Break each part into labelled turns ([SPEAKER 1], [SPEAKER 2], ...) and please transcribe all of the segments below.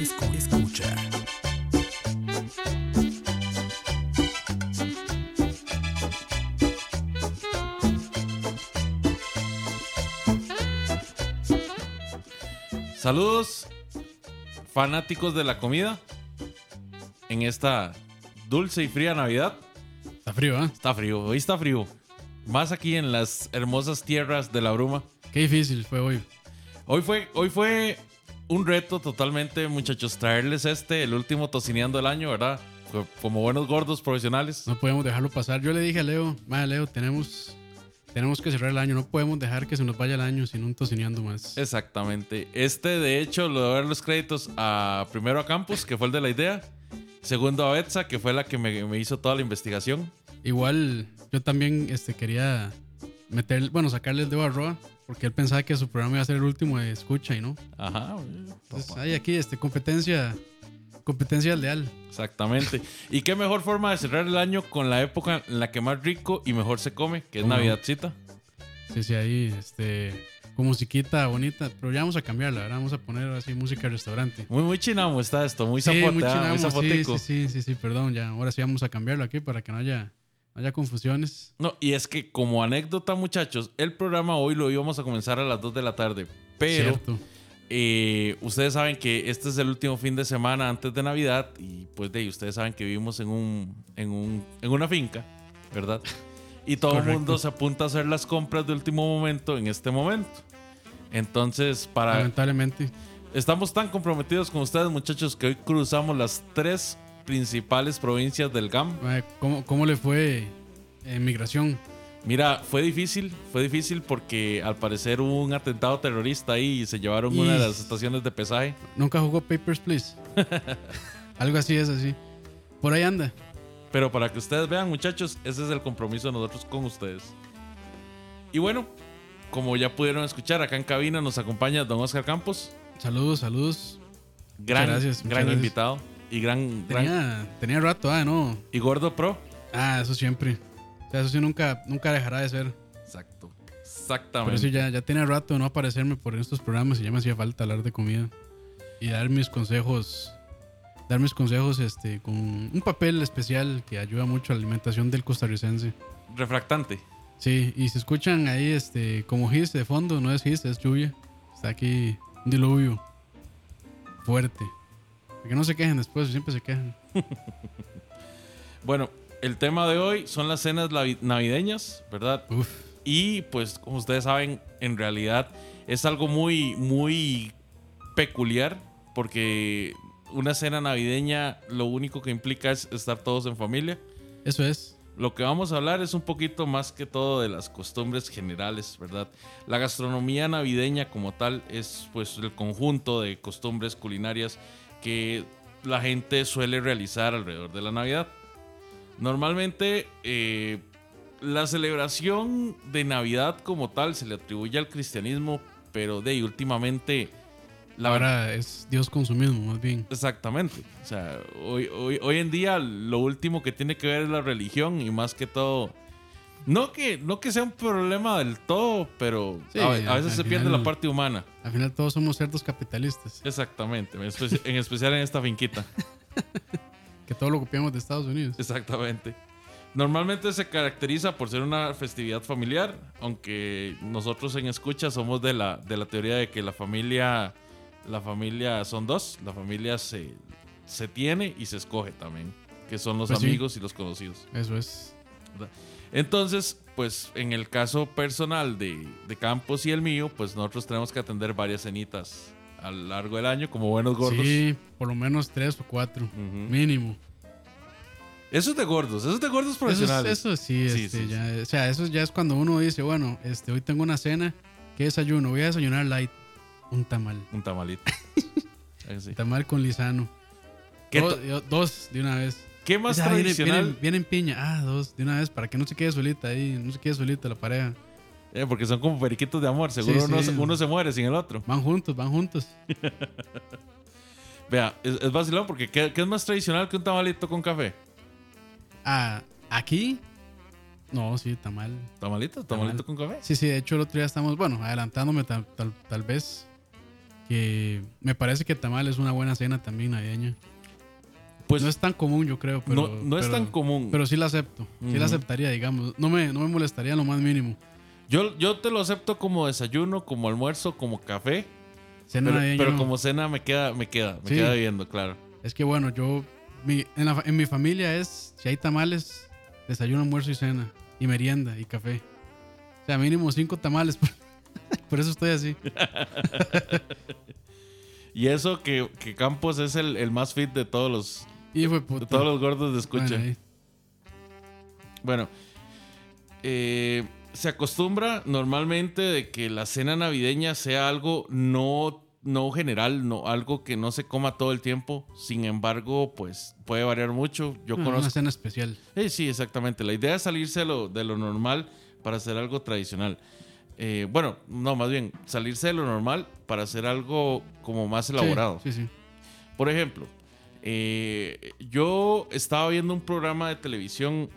[SPEAKER 1] Escu- escucha.
[SPEAKER 2] Saludos, fanáticos de la comida. En esta dulce y fría Navidad.
[SPEAKER 3] Está frío, ¿eh?
[SPEAKER 2] Está frío, hoy está frío. Más aquí en las hermosas tierras de la bruma.
[SPEAKER 3] Qué difícil fue hoy.
[SPEAKER 2] Hoy fue, hoy fue un reto totalmente, muchachos, traerles este, el último tocineando del año, ¿verdad? Co- Como buenos gordos profesionales.
[SPEAKER 3] No podemos dejarlo pasar. Yo le dije a Leo, madre Leo, tenemos, tenemos que cerrar el año. No podemos dejar que se nos vaya el año sin un tocineando más.
[SPEAKER 2] Exactamente. Este, de hecho, lo doy los créditos a primero a Campus, que fue el de la idea. Segundo a Betsa, que fue la que me- me hizo toda la investigación.
[SPEAKER 3] Igual, yo también este, quería meter, bueno, sacarle el dedo a Roa, porque él pensaba que su programa iba a ser el último de escucha y no.
[SPEAKER 2] Ajá.
[SPEAKER 3] Entonces, hay aquí este, competencia, competencia leal.
[SPEAKER 2] Exactamente. ¿Y qué mejor forma de cerrar el año con la época en la que más rico y mejor se come, que es
[SPEAKER 3] Ujú.
[SPEAKER 2] Navidadcita?
[SPEAKER 3] Sí, sí, ahí, este, con musiquita bonita, pero ya vamos a cambiarla, ahora vamos a poner así música de restaurante.
[SPEAKER 2] Muy, muy chinamo está esto, muy
[SPEAKER 3] Sí,
[SPEAKER 2] zapote,
[SPEAKER 3] muy
[SPEAKER 2] ah, muy
[SPEAKER 3] chinamo, sí,
[SPEAKER 2] zapotico.
[SPEAKER 3] sí, sí, sí, sí, perdón, ya, ahora sí vamos a cambiarlo aquí para que no haya, no haya confusiones.
[SPEAKER 2] No, y es que como anécdota, muchachos, el programa hoy lo íbamos a comenzar a las 2 de la tarde, pero
[SPEAKER 3] Cierto.
[SPEAKER 2] eh, ustedes saben que este es el último fin de semana antes de Navidad y pues de ahí ustedes saben que vivimos en, un, en, un, en una finca, ¿verdad? Y todo el
[SPEAKER 3] Correcto.
[SPEAKER 2] mundo se apunta a hacer las compras de último momento en este momento. Entonces,
[SPEAKER 3] Ah,
[SPEAKER 2] para,
[SPEAKER 3] Lamentablemente.
[SPEAKER 2] Estamos tan comprometidos con ustedes, muchachos, que hoy cruzamos las tres principales provincias del GAM.
[SPEAKER 3] Mae, eh, ¿Cómo, cómo le fue en migración?
[SPEAKER 2] Mira, fue difícil, fue difícil porque al parecer hubo un atentado terrorista ahí y se llevaron
[SPEAKER 3] Y-
[SPEAKER 2] una de las estaciones de pesaje.
[SPEAKER 3] Nunca jugó Papers, Please. Algo así es así. Por ahí anda.
[SPEAKER 2] Pero para que ustedes vean, muchachos, ese es el compromiso de nosotros con ustedes. Y bueno, como ya pudieron escuchar, acá en cabina nos acompaña don Oscar Campos,
[SPEAKER 3] Saludos, saludos.
[SPEAKER 2] gran,
[SPEAKER 3] Muchas gracias, muchas
[SPEAKER 2] gran
[SPEAKER 3] gracias.
[SPEAKER 2] invitado y gran, gran-
[SPEAKER 3] Tenía, tenía rato, ah, no.
[SPEAKER 2] y gordo pro.
[SPEAKER 3] Ah, eso siempre. O sea, eso sí nunca, nunca dejará de ser.
[SPEAKER 2] Exacto. Exactamente.
[SPEAKER 3] Pero sí, ya, ya tenía rato de no aparecerme por estos programas y ya me hacía falta hablar de comida. Y dar mis consejos. Dar mis consejos este, con un papel especial que ayuda mucho a la alimentación del costarricense.
[SPEAKER 2] Refractante.
[SPEAKER 3] Sí, y se escuchan ahí este como gis de fondo, no es gis, es lluvia. Está aquí un diluvio fuerte. Porque no se quejen después, siempre se quejan.
[SPEAKER 2] Bueno, el tema de hoy son las cenas lavi- navideñas, ¿verdad?
[SPEAKER 3] Uf,
[SPEAKER 2] Y pues como ustedes saben, en realidad es algo muy, muy peculiar porque una cena navideña lo único que implica es estar todos en familia.
[SPEAKER 3] eso es.
[SPEAKER 2] Lo que vamos a hablar es un poquito más que todo de las costumbres generales, ¿verdad? La gastronomía navideña como tal es pues el conjunto de costumbres culinarias que la gente suele realizar alrededor de la Navidad. Normalmente eh, la celebración de Navidad como tal se le atribuye al cristianismo, pero de ahí últimamente La verdad,
[SPEAKER 3] Ahora es Dios con su mismo, más bien.
[SPEAKER 2] exactamente. O sea, hoy, hoy, hoy en día lo último que tiene que ver es la religión y más que todo. No que, no que sea un problema del todo, pero
[SPEAKER 3] Sí,
[SPEAKER 2] a, ve- a
[SPEAKER 3] al-
[SPEAKER 2] veces se
[SPEAKER 3] al
[SPEAKER 2] pierde
[SPEAKER 3] final-
[SPEAKER 2] la parte humana.
[SPEAKER 3] Al final todos somos ciertos capitalistas,
[SPEAKER 2] Exactamente. En espe- en especial en esta finquita.
[SPEAKER 3] que todo lo copiamos de Estados Unidos.
[SPEAKER 2] Exactamente. Normalmente se caracteriza por ser una festividad familiar, aunque nosotros en escucha somos de la, de la teoría de que la familia, la familia son dos, la familia se, se tiene y se escoge también, que son los
[SPEAKER 3] Pues sí.
[SPEAKER 2] amigos y los conocidos.
[SPEAKER 3] Eso es.
[SPEAKER 2] Entonces, pues en el caso personal de, de Campos y el mío, pues nosotros tenemos que atender varias cenitas a lo largo del año como buenos gordos.
[SPEAKER 3] Sí, por lo menos tres o cuatro,
[SPEAKER 2] Ujú.
[SPEAKER 3] mínimo.
[SPEAKER 2] Eso es de gordos, eso es de gordos
[SPEAKER 3] Eso, es-
[SPEAKER 2] profesionales.
[SPEAKER 3] eso sí,
[SPEAKER 2] Sí,
[SPEAKER 3] este,
[SPEAKER 2] sí,
[SPEAKER 3] ya, o sea, eso ya es cuando uno dice, bueno, este, hoy tengo una cena, ¿qué desayuno? Voy a desayunar light, un tamal,
[SPEAKER 2] Un tamalito. Así.
[SPEAKER 3] tamal con lisano,
[SPEAKER 2] ¿Qué
[SPEAKER 3] Do-
[SPEAKER 2] to-
[SPEAKER 3] yo- dos de una vez.
[SPEAKER 2] ¿Qué más
[SPEAKER 3] Ah, viene,
[SPEAKER 2] tradicional?
[SPEAKER 3] viene- viene en piña, ah, dos de una vez para que no se quede solita ahí, no se quede solita la pareja.
[SPEAKER 2] Eh, porque son como periquitos de amor. Seguro
[SPEAKER 3] Sí,
[SPEAKER 2] uno,
[SPEAKER 3] sí.
[SPEAKER 2] uno se muere sin el otro.
[SPEAKER 3] Van juntos, van juntos.
[SPEAKER 2] Vea, es, es vacilón porque ¿qué, qué es más tradicional que un tamalito con café?
[SPEAKER 3] Ah, aquí, no, sí, tamal.
[SPEAKER 2] ¿Tamalito? ¿Tamalito con café?
[SPEAKER 3] Sí, sí, de hecho el otro día estamos, bueno, adelantándome tal, tal, tal vez, que me parece que tamal es una buena cena también navideña.
[SPEAKER 2] Pues
[SPEAKER 3] no
[SPEAKER 2] no
[SPEAKER 3] es tan común, yo creo. Pero,
[SPEAKER 2] no, es
[SPEAKER 3] pero-
[SPEAKER 2] tan común.
[SPEAKER 3] Pero sí la acepto. Sí
[SPEAKER 2] Ujú.
[SPEAKER 3] la aceptaría, digamos. No me, no me molestaría en lo más mínimo.
[SPEAKER 2] yo, yo te lo acepto como desayuno, como almuerzo, como café.
[SPEAKER 3] Cena
[SPEAKER 2] pero
[SPEAKER 3] navideña
[SPEAKER 2] pero
[SPEAKER 3] no.
[SPEAKER 2] como cena me queda, me queda, me
[SPEAKER 3] Sí.
[SPEAKER 2] queda viendo, claro.
[SPEAKER 3] Es que bueno, yo. mi- en, la fa- en mi familia es. Si hay tamales, desayuno, almuerzo y cena. Y merienda y café. O sea, mínimo cinco tamales. Por, por eso estoy así.
[SPEAKER 2] Y eso que, que Campos es el, el más fit de todos los,
[SPEAKER 3] Y fue
[SPEAKER 2] de
[SPEAKER 3] puta.
[SPEAKER 2] todos los gordos de escucha.
[SPEAKER 3] Bueno, ahí.
[SPEAKER 2] Bueno, eh, se acostumbra normalmente de que la cena navideña sea algo no, no general, no, algo que no se coma todo el tiempo. Sin embargo, pues puede variar mucho. Yo
[SPEAKER 3] Ah, Una
[SPEAKER 2] conozco.
[SPEAKER 3] cena especial.
[SPEAKER 2] Eh, sí, exactamente. La idea es salirse de lo, de lo normal para hacer algo tradicional. Eh, bueno, no, más bien, salirse de lo normal para hacer algo como más
[SPEAKER 3] Sí,
[SPEAKER 2] elaborado.
[SPEAKER 3] Sí, sí.
[SPEAKER 2] Por ejemplo, eh, yo estaba viendo un programa de televisión,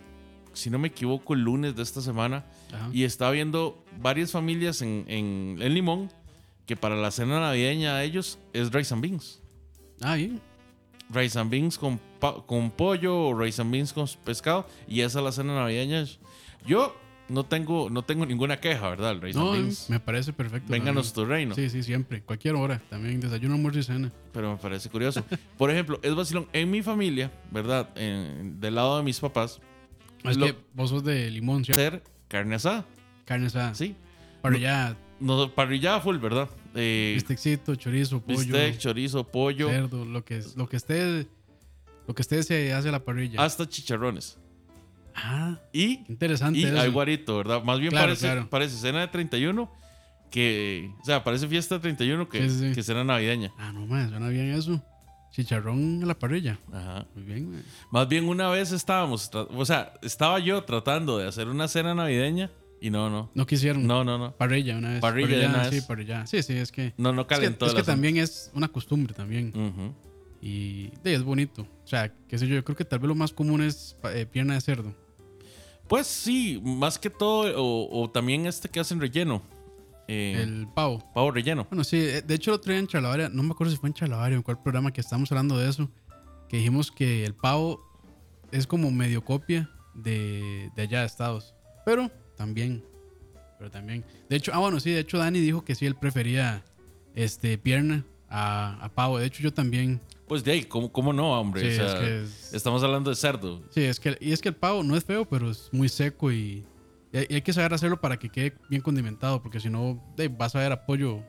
[SPEAKER 2] si no me equivoco, el lunes de esta semana,
[SPEAKER 3] Ajá.
[SPEAKER 2] y estaba viendo varias familias en, en, en Limón que para la cena navideña de ellos es rice and beans.
[SPEAKER 3] Ah, bien.
[SPEAKER 2] Rice and beans con, pa- con pollo o rice and beans con pescado, y esa es la cena navideña. Yo no tengo, no tengo ninguna queja, ¿verdad? El rice
[SPEAKER 3] No,
[SPEAKER 2] and beans.
[SPEAKER 3] me parece perfecto.
[SPEAKER 2] Vénganos a tu reino.
[SPEAKER 3] también. Sí, sí, siempre. Cualquier hora. También desayuno, almuerzo y cena.
[SPEAKER 2] pero me parece curioso. Por ejemplo, es vacilón. En mi familia, ¿verdad? En- del lado de mis papás,
[SPEAKER 3] Es
[SPEAKER 2] Lo-
[SPEAKER 3] que vos sos de limón, ¿cierto?
[SPEAKER 2] hacer carne asada.
[SPEAKER 3] Carne asada.
[SPEAKER 2] Sí.
[SPEAKER 3] Pero
[SPEAKER 2] No-
[SPEAKER 3] ya,
[SPEAKER 2] No, parrillada full, ¿verdad? Eh,
[SPEAKER 3] bistecito, chorizo, pollo,
[SPEAKER 2] bistec, chorizo, pollo,
[SPEAKER 3] cerdo, lo que, lo que esté, lo que esté se hace a la parrilla.
[SPEAKER 2] hasta chicharrones.
[SPEAKER 3] ah,
[SPEAKER 2] Y,
[SPEAKER 3] interesante
[SPEAKER 2] y
[SPEAKER 3] eso.
[SPEAKER 2] hay guarito, ¿verdad? Más bien
[SPEAKER 3] Claro,
[SPEAKER 2] parece,
[SPEAKER 3] claro.
[SPEAKER 2] parece cena de 31 que... O sea, parece fiesta de 31 que,
[SPEAKER 3] Sí, sí, sí.
[SPEAKER 2] que cena navideña.
[SPEAKER 3] Ah, no más, suena bien eso. Chicharrón a la parrilla.
[SPEAKER 2] Ajá.
[SPEAKER 3] Muy bien, güey.
[SPEAKER 2] Más bien una vez estábamos... tra- O sea, estaba yo tratando de hacer una cena navideña y no, no.
[SPEAKER 3] No quisieron.
[SPEAKER 2] No, no, no.
[SPEAKER 3] Parrilla una vez.
[SPEAKER 2] Parrilla de una vez.
[SPEAKER 3] Sí, parrilla. Sí, sí, es que.
[SPEAKER 2] No, no
[SPEAKER 3] Es que,
[SPEAKER 2] calentó
[SPEAKER 3] es
[SPEAKER 2] el
[SPEAKER 3] que
[SPEAKER 2] asunto.
[SPEAKER 3] también es una costumbre también.
[SPEAKER 2] Ujú.
[SPEAKER 3] Y de, es bonito. O sea, qué sé yo, yo creo que tal vez lo más común es pa- eh, pierna de cerdo.
[SPEAKER 2] Pues sí, más que todo, o, o también este que hacen relleno. Eh,
[SPEAKER 3] El pavo.
[SPEAKER 2] Pavo relleno.
[SPEAKER 3] Bueno, sí, eh, de hecho el otro día en Chalabaria, no me acuerdo si fue en Chalabaria o en cuál programa que estábamos hablando de eso, que dijimos que el pavo es como medio copia de, de allá de Estados. Pero también, pero también. De hecho, ah, bueno, sí, de hecho Dani dijo que sí, él prefería este, pierna a, a pavo. De hecho, yo también.
[SPEAKER 2] Pues de ahí, ¿cómo, cómo no, hombre?
[SPEAKER 3] Sí,
[SPEAKER 2] O sea,
[SPEAKER 3] es que es-
[SPEAKER 2] Estamos hablando de cerdo.
[SPEAKER 3] Sí, es que, y es que el pavo no es feo, pero es muy seco y, y hay, y hay que saber hacerlo para que quede bien condimentado, porque si no, de, vas a ver apoyo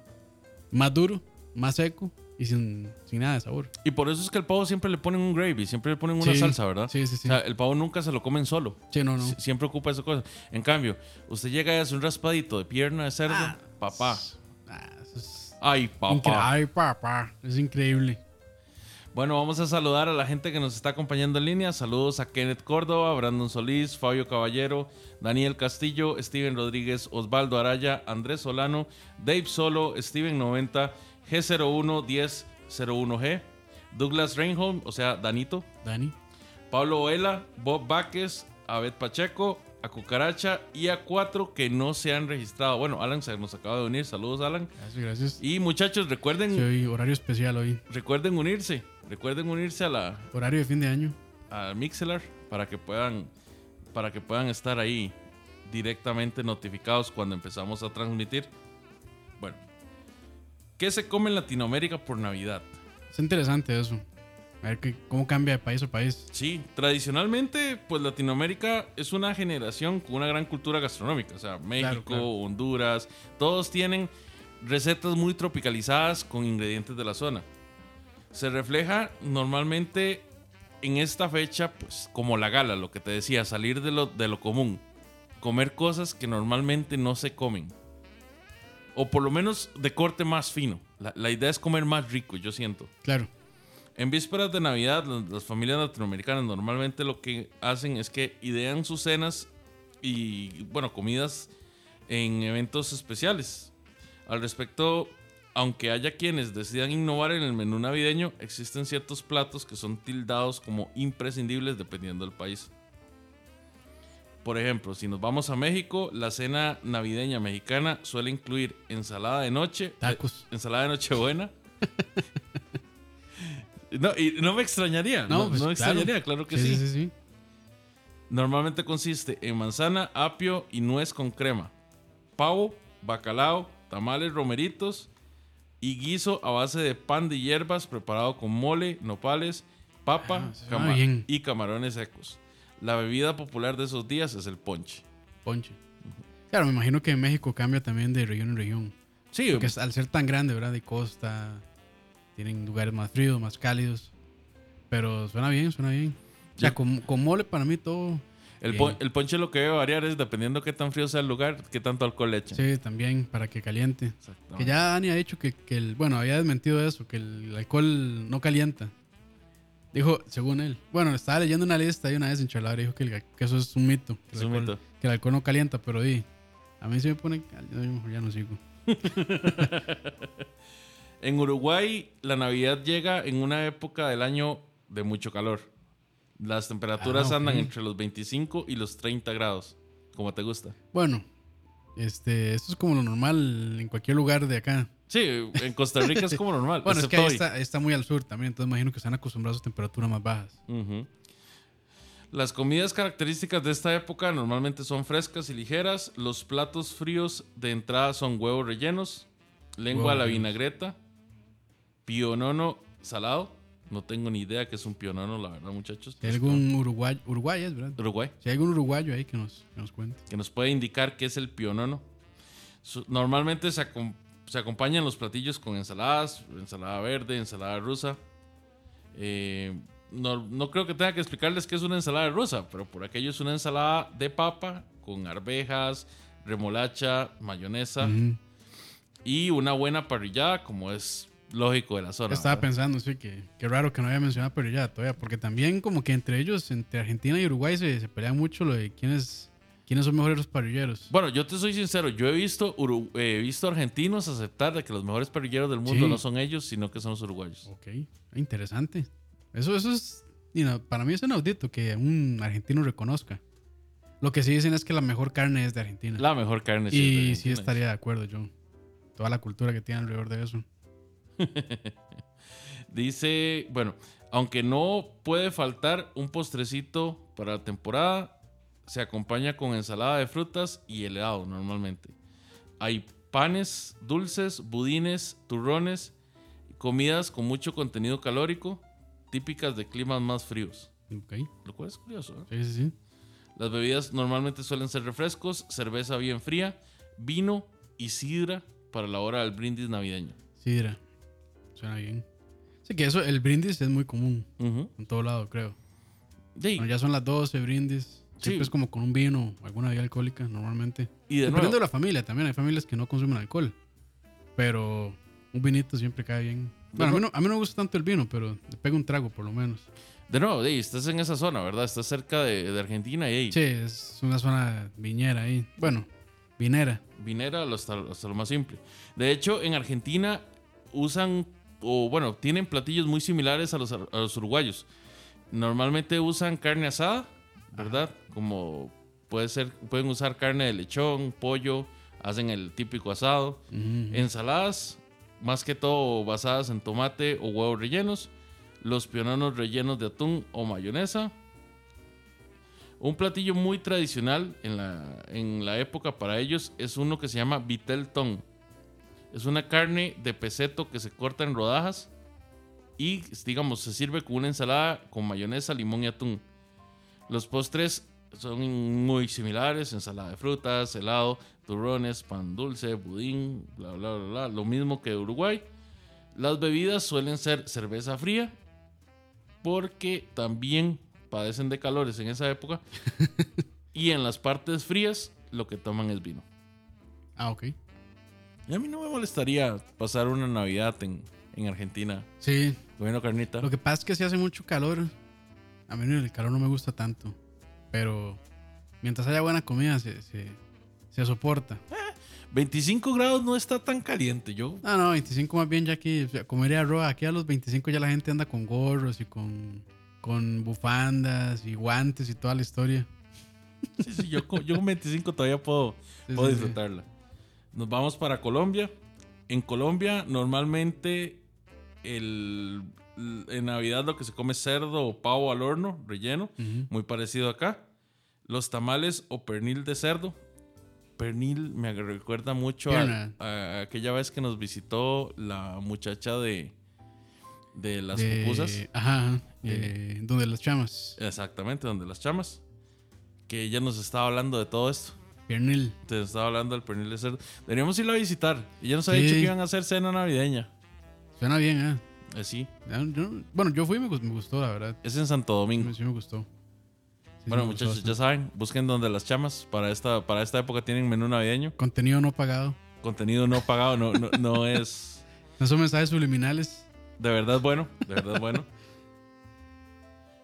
[SPEAKER 3] más duro, más seco y sin, sin nada de sabor.
[SPEAKER 2] Y por eso es que al pavo siempre le ponen un gravy, siempre le ponen una
[SPEAKER 3] Sí,
[SPEAKER 2] salsa, ¿verdad?
[SPEAKER 3] Sí, sí, sí.
[SPEAKER 2] O sea, el pavo nunca se lo comen solo.
[SPEAKER 3] sí, no, no.
[SPEAKER 2] Sie- Siempre ocupa esa cosa. En cambio, usted llega y hace un raspadito de pierna de cerdo.
[SPEAKER 3] Ah.
[SPEAKER 2] papá.
[SPEAKER 3] Ah, eso es
[SPEAKER 2] Ay, papá.
[SPEAKER 3] incre- Ay, papá. Es increíble.
[SPEAKER 2] Bueno, vamos a saludar a la gente que nos está acompañando en línea. Saludos a Kenneth Córdoba, Brandon Solís, Fabio Caballero, Daniel Castillo, Steven Rodríguez, Osvaldo Araya, Andrés Solano, Dave Solo, Steven 90, G011001G, Douglas Reinholm, o sea, Danito,
[SPEAKER 3] Dani.
[SPEAKER 2] Pablo Vela, Bob Vázquez, Abed Pacheco, a Cucaracha y a cuatro que no se han registrado. Bueno, Alan se nos acaba de unir. Saludos, Alan.
[SPEAKER 3] Gracias, gracias.
[SPEAKER 2] Y muchachos, recuerden,
[SPEAKER 3] Sí, hoy horario especial hoy.
[SPEAKER 2] recuerden unirse. Recuerden unirse a la,
[SPEAKER 3] Horario de fin de año.
[SPEAKER 2] a Mixelar para que puedan para que puedan estar ahí directamente notificados cuando empezamos a transmitir. Bueno, ¿qué se come en Latinoamérica por Navidad?
[SPEAKER 3] Es interesante eso. A ver qué- cómo cambia de país a país.
[SPEAKER 2] Sí, tradicionalmente, pues Latinoamérica es una generación con una gran cultura gastronómica. O sea, México,
[SPEAKER 3] claro.
[SPEAKER 2] Honduras, todos tienen recetas muy tropicalizadas con ingredientes de la zona. Se refleja normalmente en esta fecha, pues como la gala, lo que te decía, salir de lo, de lo común, comer cosas que normalmente no se comen. O por lo menos de corte más fino. La- la idea es comer más rico, yo siento.
[SPEAKER 3] Claro.
[SPEAKER 2] En vísperas de Navidad, las, las familias latinoamericanas normalmente lo que hacen es que idean sus cenas y, bueno, comidas en eventos especiales. Al respecto, aunque haya quienes decidan innovar en el menú navideño, existen ciertos platos que son tildados como imprescindibles dependiendo del país. Por ejemplo, si nos vamos a México, la cena navideña mexicana suele incluir ensalada de noche,
[SPEAKER 3] Tacos.
[SPEAKER 2] Ensalada de Nochebuena. no, y no me extrañaría. No,
[SPEAKER 3] No, pues,
[SPEAKER 2] no me
[SPEAKER 3] claro.
[SPEAKER 2] extrañaría, claro que
[SPEAKER 3] Sí,
[SPEAKER 2] sí.
[SPEAKER 3] sí, sí, sí.
[SPEAKER 2] Normalmente consiste en manzana, apio y nuez con crema. Pavo, bacalao, tamales romeritos y guiso a base de pan de hierbas preparado con mole, nopales, papa
[SPEAKER 3] Ah, se
[SPEAKER 2] cama-
[SPEAKER 3] suena bien.
[SPEAKER 2] y camarones secos. La bebida popular de esos días es el ponche.
[SPEAKER 3] Ponche. Claro, me imagino que en México cambia también de región en región.
[SPEAKER 2] Sí,
[SPEAKER 3] Porque es- al ser tan grande, ¿verdad? De costa, tienen lugares más fríos, más cálidos. Pero suena bien, suena bien. O sea,
[SPEAKER 2] Ya.
[SPEAKER 3] con, con mole para mí todo.
[SPEAKER 2] el,
[SPEAKER 3] bien.
[SPEAKER 2] pon- el ponche lo que debe variar es dependiendo qué tan frío sea el lugar, qué tanto alcohol le echen.
[SPEAKER 3] Sí, también, para que caliente. Que
[SPEAKER 2] Exactamente.
[SPEAKER 3] ya Dani ha dicho que, que el, bueno, había desmentido eso, que el alcohol no calienta. Dijo, según él. Bueno, estaba leyendo una lista y una vez en Chalabra dijo que, el- que eso es un mito. Que,
[SPEAKER 2] Es
[SPEAKER 3] el
[SPEAKER 2] un
[SPEAKER 3] alcohol,
[SPEAKER 2] mito.
[SPEAKER 3] que el alcohol no calienta, pero di, a mí se me pone... cal- Yo mejor ya no sigo.
[SPEAKER 2] En Uruguay, la Navidad llega en una época del año de mucho calor. Las temperaturas
[SPEAKER 3] Ah, ok.
[SPEAKER 2] andan entre los 25 y los 30 grados, como te gusta.
[SPEAKER 3] Bueno, este, esto es como lo normal en cualquier lugar de acá.
[SPEAKER 2] Sí, en Costa Rica es como normal.
[SPEAKER 3] Bueno, es que
[SPEAKER 2] excepto hoy.
[SPEAKER 3] ahí está, está muy al sur también, entonces imagino que están acostumbrados a temperaturas más bajas.
[SPEAKER 2] Ujú. Las comidas características de esta época normalmente son frescas y ligeras. Los platos fríos de entrada son huevos rellenos, lengua a la
[SPEAKER 3] Huevos rellenos.
[SPEAKER 2] vinagreta, pionono salado. No tengo ni idea que es un pionono, la verdad, muchachos.
[SPEAKER 3] Si hay algún uruguayo, Uruguay es, ¿verdad?
[SPEAKER 2] Uruguay.
[SPEAKER 3] Si hay algún uruguayo ahí que nos, que nos cuente.
[SPEAKER 2] que nos puede indicar qué es el pionono. Su- Normalmente se, acom- se acompañan los platillos con ensaladas, ensalada verde, ensalada rusa. Eh, no, no creo que tenga que explicarles qué es una ensalada rusa, pero por aquello es una ensalada de papa con arvejas, remolacha, mayonesa
[SPEAKER 3] Ujú.
[SPEAKER 2] y una buena parrillada, como es lógico de la
[SPEAKER 3] Yo
[SPEAKER 2] zona.
[SPEAKER 3] estaba
[SPEAKER 2] ¿verdad?
[SPEAKER 3] pensando, sí, que qué raro que no había mencionado pero ya todavía, porque también como que entre ellos, entre Argentina y Uruguay, se, se pelean mucho lo de quiénes, quiénes son mejores parrilleros.
[SPEAKER 2] Bueno, yo te soy sincero, yo he visto, Uru- eh, he visto argentinos aceptar de que los mejores parrilleros del mundo
[SPEAKER 3] Sí.
[SPEAKER 2] no son ellos, sino que son los uruguayos.
[SPEAKER 3] Ok, ah, interesante. Eso, eso es, you know, para mí es inaudito que un argentino reconozca. Lo que sí dicen es que la mejor carne es de Argentina.
[SPEAKER 2] La mejor carne. sí es de
[SPEAKER 3] y sí
[SPEAKER 2] Argentina.
[SPEAKER 3] estaría de acuerdo yo. Toda la cultura que tiene alrededor de eso.
[SPEAKER 2] Dice, bueno, aunque no puede faltar un postrecito para la temporada, se acompaña con ensalada de frutas y helado normalmente. Hay panes dulces, budines, turrones, comidas con mucho contenido calórico, típicas de climas más fríos.
[SPEAKER 3] Ok,
[SPEAKER 2] Lo cual es curioso. ¿eh?
[SPEAKER 3] sí, sí, sí.
[SPEAKER 2] Las bebidas normalmente suelen ser refrescos, cerveza bien fría, vino y sidra para la hora del brindis navideño.
[SPEAKER 3] Sidra. Suena bien. Así que eso, el brindis es muy común
[SPEAKER 2] Ujú.
[SPEAKER 3] en todo lado, creo.
[SPEAKER 2] Sí,
[SPEAKER 3] Bueno, ya son las 12, brindis. Siempre
[SPEAKER 2] Sí.
[SPEAKER 3] es como con un vino o alguna bebida alcohólica, normalmente.
[SPEAKER 2] y de
[SPEAKER 3] Dependiendo
[SPEAKER 2] nuevo,
[SPEAKER 3] de la familia también. Hay familias que no consumen alcohol. Pero un vinito siempre cae bien. Bueno, a mí, no, a mí no me gusta tanto el vino, pero le pego un trago por lo menos.
[SPEAKER 2] De nuevo, de ahí, estás en esa zona, ¿verdad? Estás cerca de, de Argentina y ahí,
[SPEAKER 3] Sí, es una zona viñera ahí. Bueno, vinera.
[SPEAKER 2] vinera lo- hasta, hasta lo más simple. De hecho, en Argentina usan, o bueno, tienen platillos muy similares a los, a los uruguayos. Normalmente usan carne asada, ¿verdad? Como puede ser, pueden usar carne de lechón, pollo, hacen el típico asado.
[SPEAKER 3] Ujú.
[SPEAKER 2] Ensaladas, más que todo basadas en tomate o huevos rellenos. Los piononos rellenos de atún o mayonesa. Un platillo muy tradicional en la, en la época para ellos es uno que se llama vitel ton. Es una carne de peseto que se corta en rodajas y, digamos, se sirve con una ensalada con mayonesa, limón y atún. Los postres son muy similares, ensalada de frutas, helado, turrones, pan dulce, budín, bla, bla, bla, bla, lo mismo que Uruguay. Las bebidas suelen ser cerveza fría porque también padecen de calores en esa época y en las partes frías lo que toman es vino.
[SPEAKER 3] Ah, ok.
[SPEAKER 2] Y a mí no me molestaría pasar una Navidad en, en Argentina
[SPEAKER 3] Sí,
[SPEAKER 2] comiendo carnita.
[SPEAKER 3] Lo que pasa es que si hace mucho calor, a mí el calor no me gusta tanto. Pero mientras haya buena comida, se, se- se soporta.
[SPEAKER 2] 25 grados no está tan caliente, yo.
[SPEAKER 3] No, Ah, no, 25 más bien ya aquí, o sea, como diría Roa, aquí a los 25 ya la gente anda con gorros y con, con bufandas y guantes y toda la historia.
[SPEAKER 2] Sí, sí, yo, con- yo con 25 todavía puedo,
[SPEAKER 3] Sí,
[SPEAKER 2] puedo
[SPEAKER 3] sí, sí.
[SPEAKER 2] disfrutarla. Nos vamos para Colombia. En Colombia, normalmente el, l- en Navidad lo que se come es cerdo o pavo al horno, relleno,
[SPEAKER 3] Ujú.
[SPEAKER 2] muy parecido acá. Los tamales o pernil de cerdo. Pernil me ag- recuerda mucho a,
[SPEAKER 3] Pierna.
[SPEAKER 2] a aquella vez que nos visitó la muchacha de, de las
[SPEAKER 3] De-
[SPEAKER 2] pupusas.
[SPEAKER 3] Ajá, ajá, eh, donde las chamas.
[SPEAKER 2] Exactamente, donde las chamas. Que ella nos estaba hablando de todo esto.
[SPEAKER 3] Piernil.
[SPEAKER 2] Te estaba hablando del pernil de cerdo. Deberíamos irlo a visitar. Ella nos ha dicho
[SPEAKER 3] Sí.
[SPEAKER 2] que iban a hacer cena navideña.
[SPEAKER 3] Suena bien, ¿eh?
[SPEAKER 2] Así.
[SPEAKER 3] Ya, yo- bueno, yo fui y me, gus- me gustó, la verdad.
[SPEAKER 2] Es en Santo Domingo.
[SPEAKER 3] Sí me gustó. Sí, sí
[SPEAKER 2] bueno,
[SPEAKER 3] me gustó
[SPEAKER 2] muchachos, ya
[SPEAKER 3] bastante.
[SPEAKER 2] saben, busquen donde las chamas. Para esta, para esta época tienen menú navideño.
[SPEAKER 3] Contenido no pagado.
[SPEAKER 2] Contenido no pagado, no, no, no es
[SPEAKER 3] No son mensajes subliminales.
[SPEAKER 2] de verdad bueno. De verdad bueno.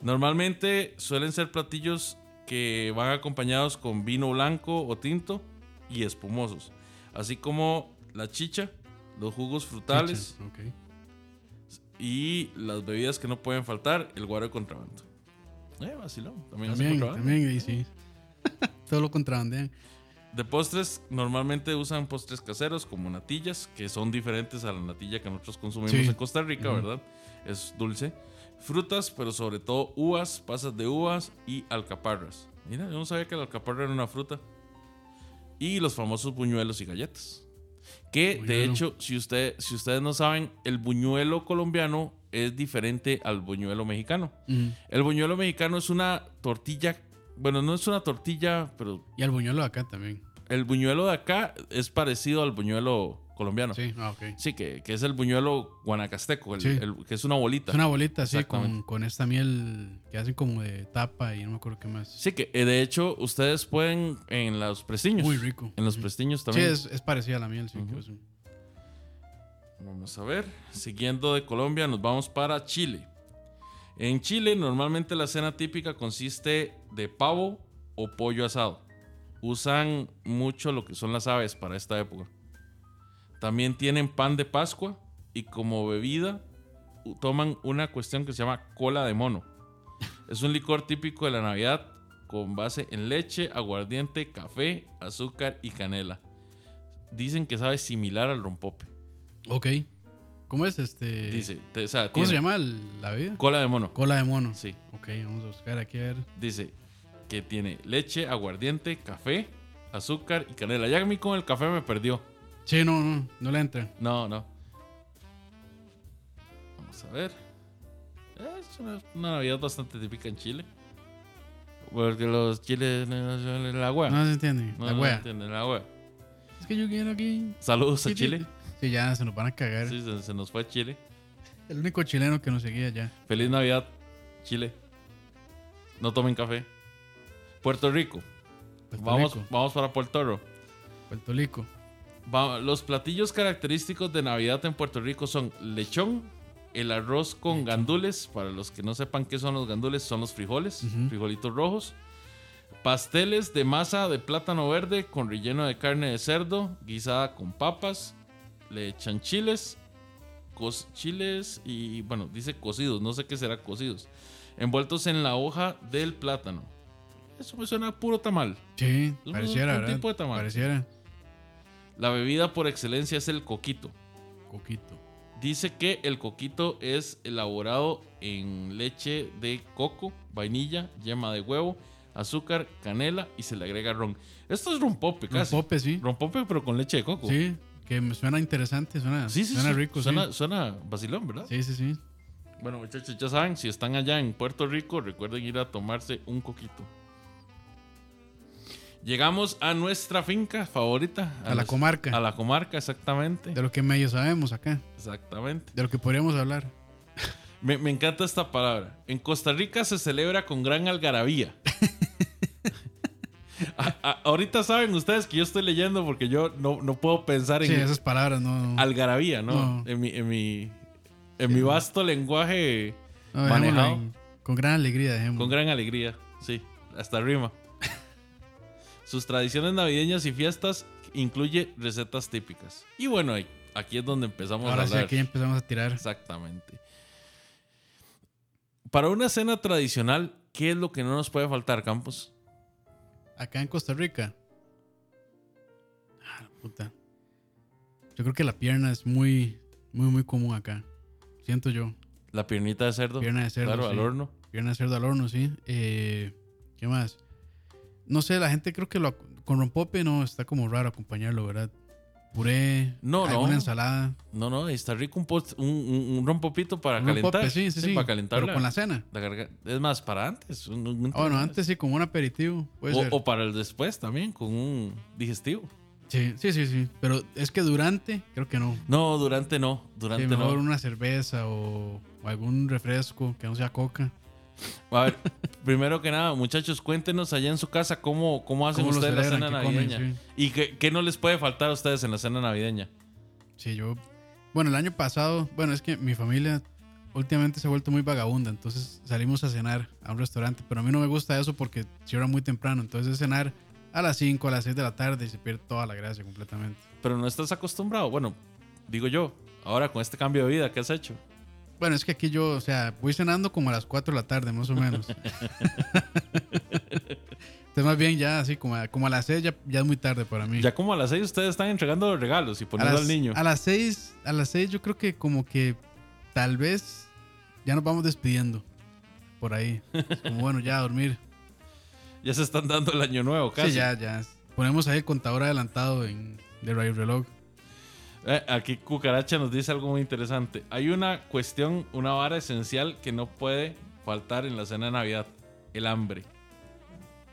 [SPEAKER 2] Normalmente suelen ser platillos que van acompañados con vino blanco o tinto y espumosos. Así como la chicha, los jugos frutales.
[SPEAKER 3] Chicha, ok.
[SPEAKER 2] Y las bebidas que no pueden faltar, el guaro de contrabando. Eh, vacilón. También, hace
[SPEAKER 3] También,
[SPEAKER 2] contrabando.
[SPEAKER 3] también, ahí sí. Todo lo contrabandean.
[SPEAKER 2] De postres, normalmente usan postres caseros como natillas, que son diferentes a la natilla que nosotros consumimos
[SPEAKER 3] Sí.
[SPEAKER 2] en Costa Rica,
[SPEAKER 3] Ujú.
[SPEAKER 2] ¿verdad? Es dulce. Frutas, pero sobre todo uvas, pasas de uvas y alcaparras. Mira, yo no sabía que la alcaparra era una fruta. Y los famosos buñuelos y galletas. Que, de
[SPEAKER 3] Buñuelo.
[SPEAKER 2] hecho, si, usted, si ustedes no saben, el buñuelo colombiano es diferente al buñuelo mexicano.
[SPEAKER 3] Ujú.
[SPEAKER 2] El buñuelo mexicano es una tortilla. Bueno, no es una tortilla, pero
[SPEAKER 3] Y al buñuelo de acá también.
[SPEAKER 2] el buñuelo de acá es parecido al buñuelo colombiano. Sí,
[SPEAKER 3] Sí, ah, ok. Es
[SPEAKER 2] que, que es el buñuelo guanacasteco, el-
[SPEAKER 3] Sí.
[SPEAKER 2] el- que es una bolita.
[SPEAKER 3] una bolita así con,
[SPEAKER 2] Exactamente.
[SPEAKER 3] con esta miel que hacen como de tapa y no me acuerdo qué más.
[SPEAKER 2] Sí, que eh, de hecho ustedes pueden en los prestiños.
[SPEAKER 3] Muy rico.
[SPEAKER 2] En los
[SPEAKER 3] Ujú.
[SPEAKER 2] prestiños
[SPEAKER 3] Sí,
[SPEAKER 2] también.
[SPEAKER 3] es, es parecida a la miel, sí.
[SPEAKER 2] Ujú.
[SPEAKER 3] que es un-
[SPEAKER 2] Vamos a ver. Siguiendo de Colombia, nos vamos para Chile. En Chile, normalmente la cena típica consiste de pavo o pollo asado. Usan mucho lo que son las aves para esta época. También tienen pan de Pascua y como bebida u- toman una cuestión que se llama cola de mono. Es un licor típico de la Navidad con base en leche, aguardiente, café, azúcar y canela. Dicen que sabe similar al rompope.
[SPEAKER 3] Ok. ¿Cómo es este?
[SPEAKER 2] Dice, te- o sea,
[SPEAKER 3] ¿Cómo se
[SPEAKER 2] tiene
[SPEAKER 3] llama el- la bebida?
[SPEAKER 2] Cola de mono.
[SPEAKER 3] Cola de mono.
[SPEAKER 2] Sí,
[SPEAKER 3] Ok, vamos a buscar aquí a ver.
[SPEAKER 2] dice que tiene leche, aguardiente, café, azúcar y canela. Ya a mí con el café me perdió.
[SPEAKER 3] Sí, no, no, no le entra.
[SPEAKER 2] No, no. Vamos a ver. Eh, Es una, una Navidad bastante típica en Chile. Porque los chiles no suelen la hueá.
[SPEAKER 3] No se entiende.
[SPEAKER 2] Ah. No,
[SPEAKER 3] Ah, la
[SPEAKER 2] no
[SPEAKER 3] wea.
[SPEAKER 2] entienden la hueá.
[SPEAKER 3] es que yo quiero aquí.
[SPEAKER 2] Saludos a Chile.
[SPEAKER 3] Sí, ya se nos van a cagar.
[SPEAKER 2] Sí, se, se nos fue Chile.
[SPEAKER 3] El único chileno que nos seguía ya.
[SPEAKER 2] Feliz Navidad, Chile. No tomen café. Puerto Rico.
[SPEAKER 3] Puerto
[SPEAKER 2] vamos,
[SPEAKER 3] Rico.
[SPEAKER 2] vamos para Puerto Rico.
[SPEAKER 3] Puerto Rico.
[SPEAKER 2] Va- los platillos característicos de Navidad en Puerto Rico son lechón, el arroz con gandules, para los que no sepan qué son los gandules, son los frijoles,
[SPEAKER 3] Ujú.
[SPEAKER 2] frijolitos rojos, pasteles de masa de plátano verde con relleno de carne de cerdo, guisada con papas, le echan chiles cos- chiles y, bueno, dice cocidos, no sé qué será cocidos, envueltos en la hoja del plátano. Eso me suena a puro tamal.
[SPEAKER 3] Sí,
[SPEAKER 2] un-
[SPEAKER 3] pareciera,
[SPEAKER 2] un
[SPEAKER 3] ¿verdad?
[SPEAKER 2] tipo de tamal.
[SPEAKER 3] Pareciera.
[SPEAKER 2] La bebida por excelencia es el coquito.
[SPEAKER 3] Coquito.
[SPEAKER 2] Dice que el coquito es elaborado en leche de coco, vainilla, yema de huevo, azúcar, canela y se le agrega ron. Esto es rompope
[SPEAKER 3] Un
[SPEAKER 2] casi. Rompope,
[SPEAKER 3] pope, sí.
[SPEAKER 2] pero con leche de coco.
[SPEAKER 3] Sí, que me suena interesante, suena,
[SPEAKER 2] Sí, sí,
[SPEAKER 3] suena
[SPEAKER 2] sí.
[SPEAKER 3] rico,
[SPEAKER 2] Suena,
[SPEAKER 3] sí.
[SPEAKER 2] suena vacilón, ¿verdad?
[SPEAKER 3] Sí, sí, sí.
[SPEAKER 2] Bueno, muchachos, ya saben, si están allá en Puerto Rico, recuerden ir a tomarse un coquito. Llegamos a nuestra finca favorita.
[SPEAKER 3] A la
[SPEAKER 2] nos-
[SPEAKER 3] comarca.
[SPEAKER 2] A la comarca, exactamente.
[SPEAKER 3] De lo que medio sabemos acá,
[SPEAKER 2] Exactamente.
[SPEAKER 3] de lo que podríamos hablar.
[SPEAKER 2] Me, me encanta esta palabra. En Costa Rica se celebra con gran algarabía. A- a- ahorita saben ustedes que yo estoy leyendo porque yo no, no puedo pensar en
[SPEAKER 3] Sí, esas palabras no. no.
[SPEAKER 2] algarabía, ¿no?
[SPEAKER 3] No.
[SPEAKER 2] En mi, en mi, en mi vasto lenguaje
[SPEAKER 3] No, dejémoslo
[SPEAKER 2] manejado.
[SPEAKER 3] en- con gran alegría, dejemos.
[SPEAKER 2] con gran alegría. Sí, hasta rima. Sus tradiciones navideñas y fiestas incluye recetas típicas. Y bueno, ahí- aquí es donde empezamos a
[SPEAKER 3] Ahora sí,
[SPEAKER 2] hablar.
[SPEAKER 3] aquí ya empezamos a tirar.
[SPEAKER 2] Exactamente. Para una cena tradicional, ¿qué es lo que no nos puede faltar, Campos?
[SPEAKER 3] Acá en Costa Rica. Ah, la puta. Yo creo que la pierna es muy, muy, muy común acá. Siento yo.
[SPEAKER 2] La piernita de cerdo.
[SPEAKER 3] Pierna de cerdo.
[SPEAKER 2] claro,
[SPEAKER 3] sí.
[SPEAKER 2] al horno.
[SPEAKER 3] Pierna de cerdo al horno, sí. Eh, ¿Qué más? No sé, la gente creo que lo, con rompope no está como raro acompañarlo, ¿verdad? Puré,
[SPEAKER 2] No, no.
[SPEAKER 3] alguna ensalada.
[SPEAKER 2] No, no, está rico un, post- un, un- un rompopito para
[SPEAKER 3] Un
[SPEAKER 2] calentar.
[SPEAKER 3] rompope, sí, sí, sí.
[SPEAKER 2] Para calentar
[SPEAKER 3] Pero
[SPEAKER 2] la-
[SPEAKER 3] con la cena.
[SPEAKER 2] la garga- Es más, para antes. un- un- un-
[SPEAKER 3] Ah, bueno, antes sí, como un aperitivo. Puede
[SPEAKER 2] O,
[SPEAKER 3] ser.
[SPEAKER 2] o para el después también, con un digestivo.
[SPEAKER 3] Sí, sí, sí, sí. Pero es que durante, creo que no.
[SPEAKER 2] No, durante no.
[SPEAKER 3] Sí,
[SPEAKER 2] Durante no.
[SPEAKER 3] mejor una cerveza o, o algún refresco que no sea coca.
[SPEAKER 2] A ver, primero que nada, muchachos, cuéntenos allá en su casa cómo, cómo hacen
[SPEAKER 3] ¿Cómo lo
[SPEAKER 2] ustedes la
[SPEAKER 3] celebran?
[SPEAKER 2] cena
[SPEAKER 3] ¿Qué comen?
[SPEAKER 2] navideña. ¿Y qué, qué no les puede faltar a ustedes en la cena navideña?
[SPEAKER 3] Sí, yo. Bueno, el año pasado, bueno, es que mi familia últimamente se ha vuelto muy vagabunda, entonces salimos a cenar a un restaurante, pero a mí no me gusta eso porque cierra muy temprano, entonces es cenar a las 5, a las 6 de la tarde y se pierde toda la gracia completamente.
[SPEAKER 2] Pero no estás acostumbrado. Bueno, digo yo, ahora con este cambio de vida que has hecho.
[SPEAKER 3] Bueno, es que aquí yo, o sea, voy cenando como a las 4 de la tarde, más o menos. Entonces, más bien ya, así como a, como a las 6 ya, ya es muy tarde para mí.
[SPEAKER 2] Ya como a las seis ustedes están entregando los regalos y poniendo
[SPEAKER 3] las,
[SPEAKER 2] al niño.
[SPEAKER 3] A las 6, a las 6 yo creo que como que tal vez ya nos vamos despidiendo por ahí. Es Como bueno, ya a dormir.
[SPEAKER 2] Ya se están dando el año nuevo casi.
[SPEAKER 3] Sí, ya, ya. Ponemos ahí el contador adelantado en, de Radio Reloj.
[SPEAKER 2] Eh, aquí Cucaracha nos dice algo muy interesante. Hay una cuestión, una vara esencial que no puede faltar en la cena de Navidad. El hambre.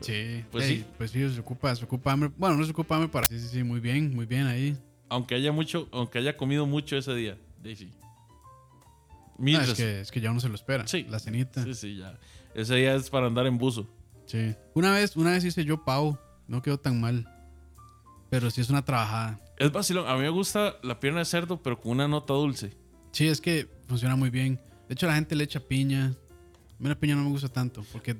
[SPEAKER 3] Sí,
[SPEAKER 2] Pues
[SPEAKER 3] pues
[SPEAKER 2] sí.
[SPEAKER 3] sí. Pues sí, se ocupa, se ocupa hambre. Bueno, no se ocupa hambre para. Sí, sí, sí, muy bien, muy bien ahí.
[SPEAKER 2] Aunque haya mucho, aunque haya comido mucho ese día. Daisy. Mil
[SPEAKER 3] No, es,
[SPEAKER 2] res-
[SPEAKER 3] que, es que ya uno se lo espera.
[SPEAKER 2] Sí.
[SPEAKER 3] La cenita.
[SPEAKER 2] Sí, sí, ya. Ese día es para andar en buzo.
[SPEAKER 3] Sí. Una vez, una vez hice yo pavo. No quedó tan mal. Pero sí es una trabajada.
[SPEAKER 2] Es vacilón. A mí me gusta la pierna de cerdo, pero con una nota dulce.
[SPEAKER 3] Sí, es que funciona muy bien. De hecho, la gente le echa piña. A mí la piña no me gusta tanto porque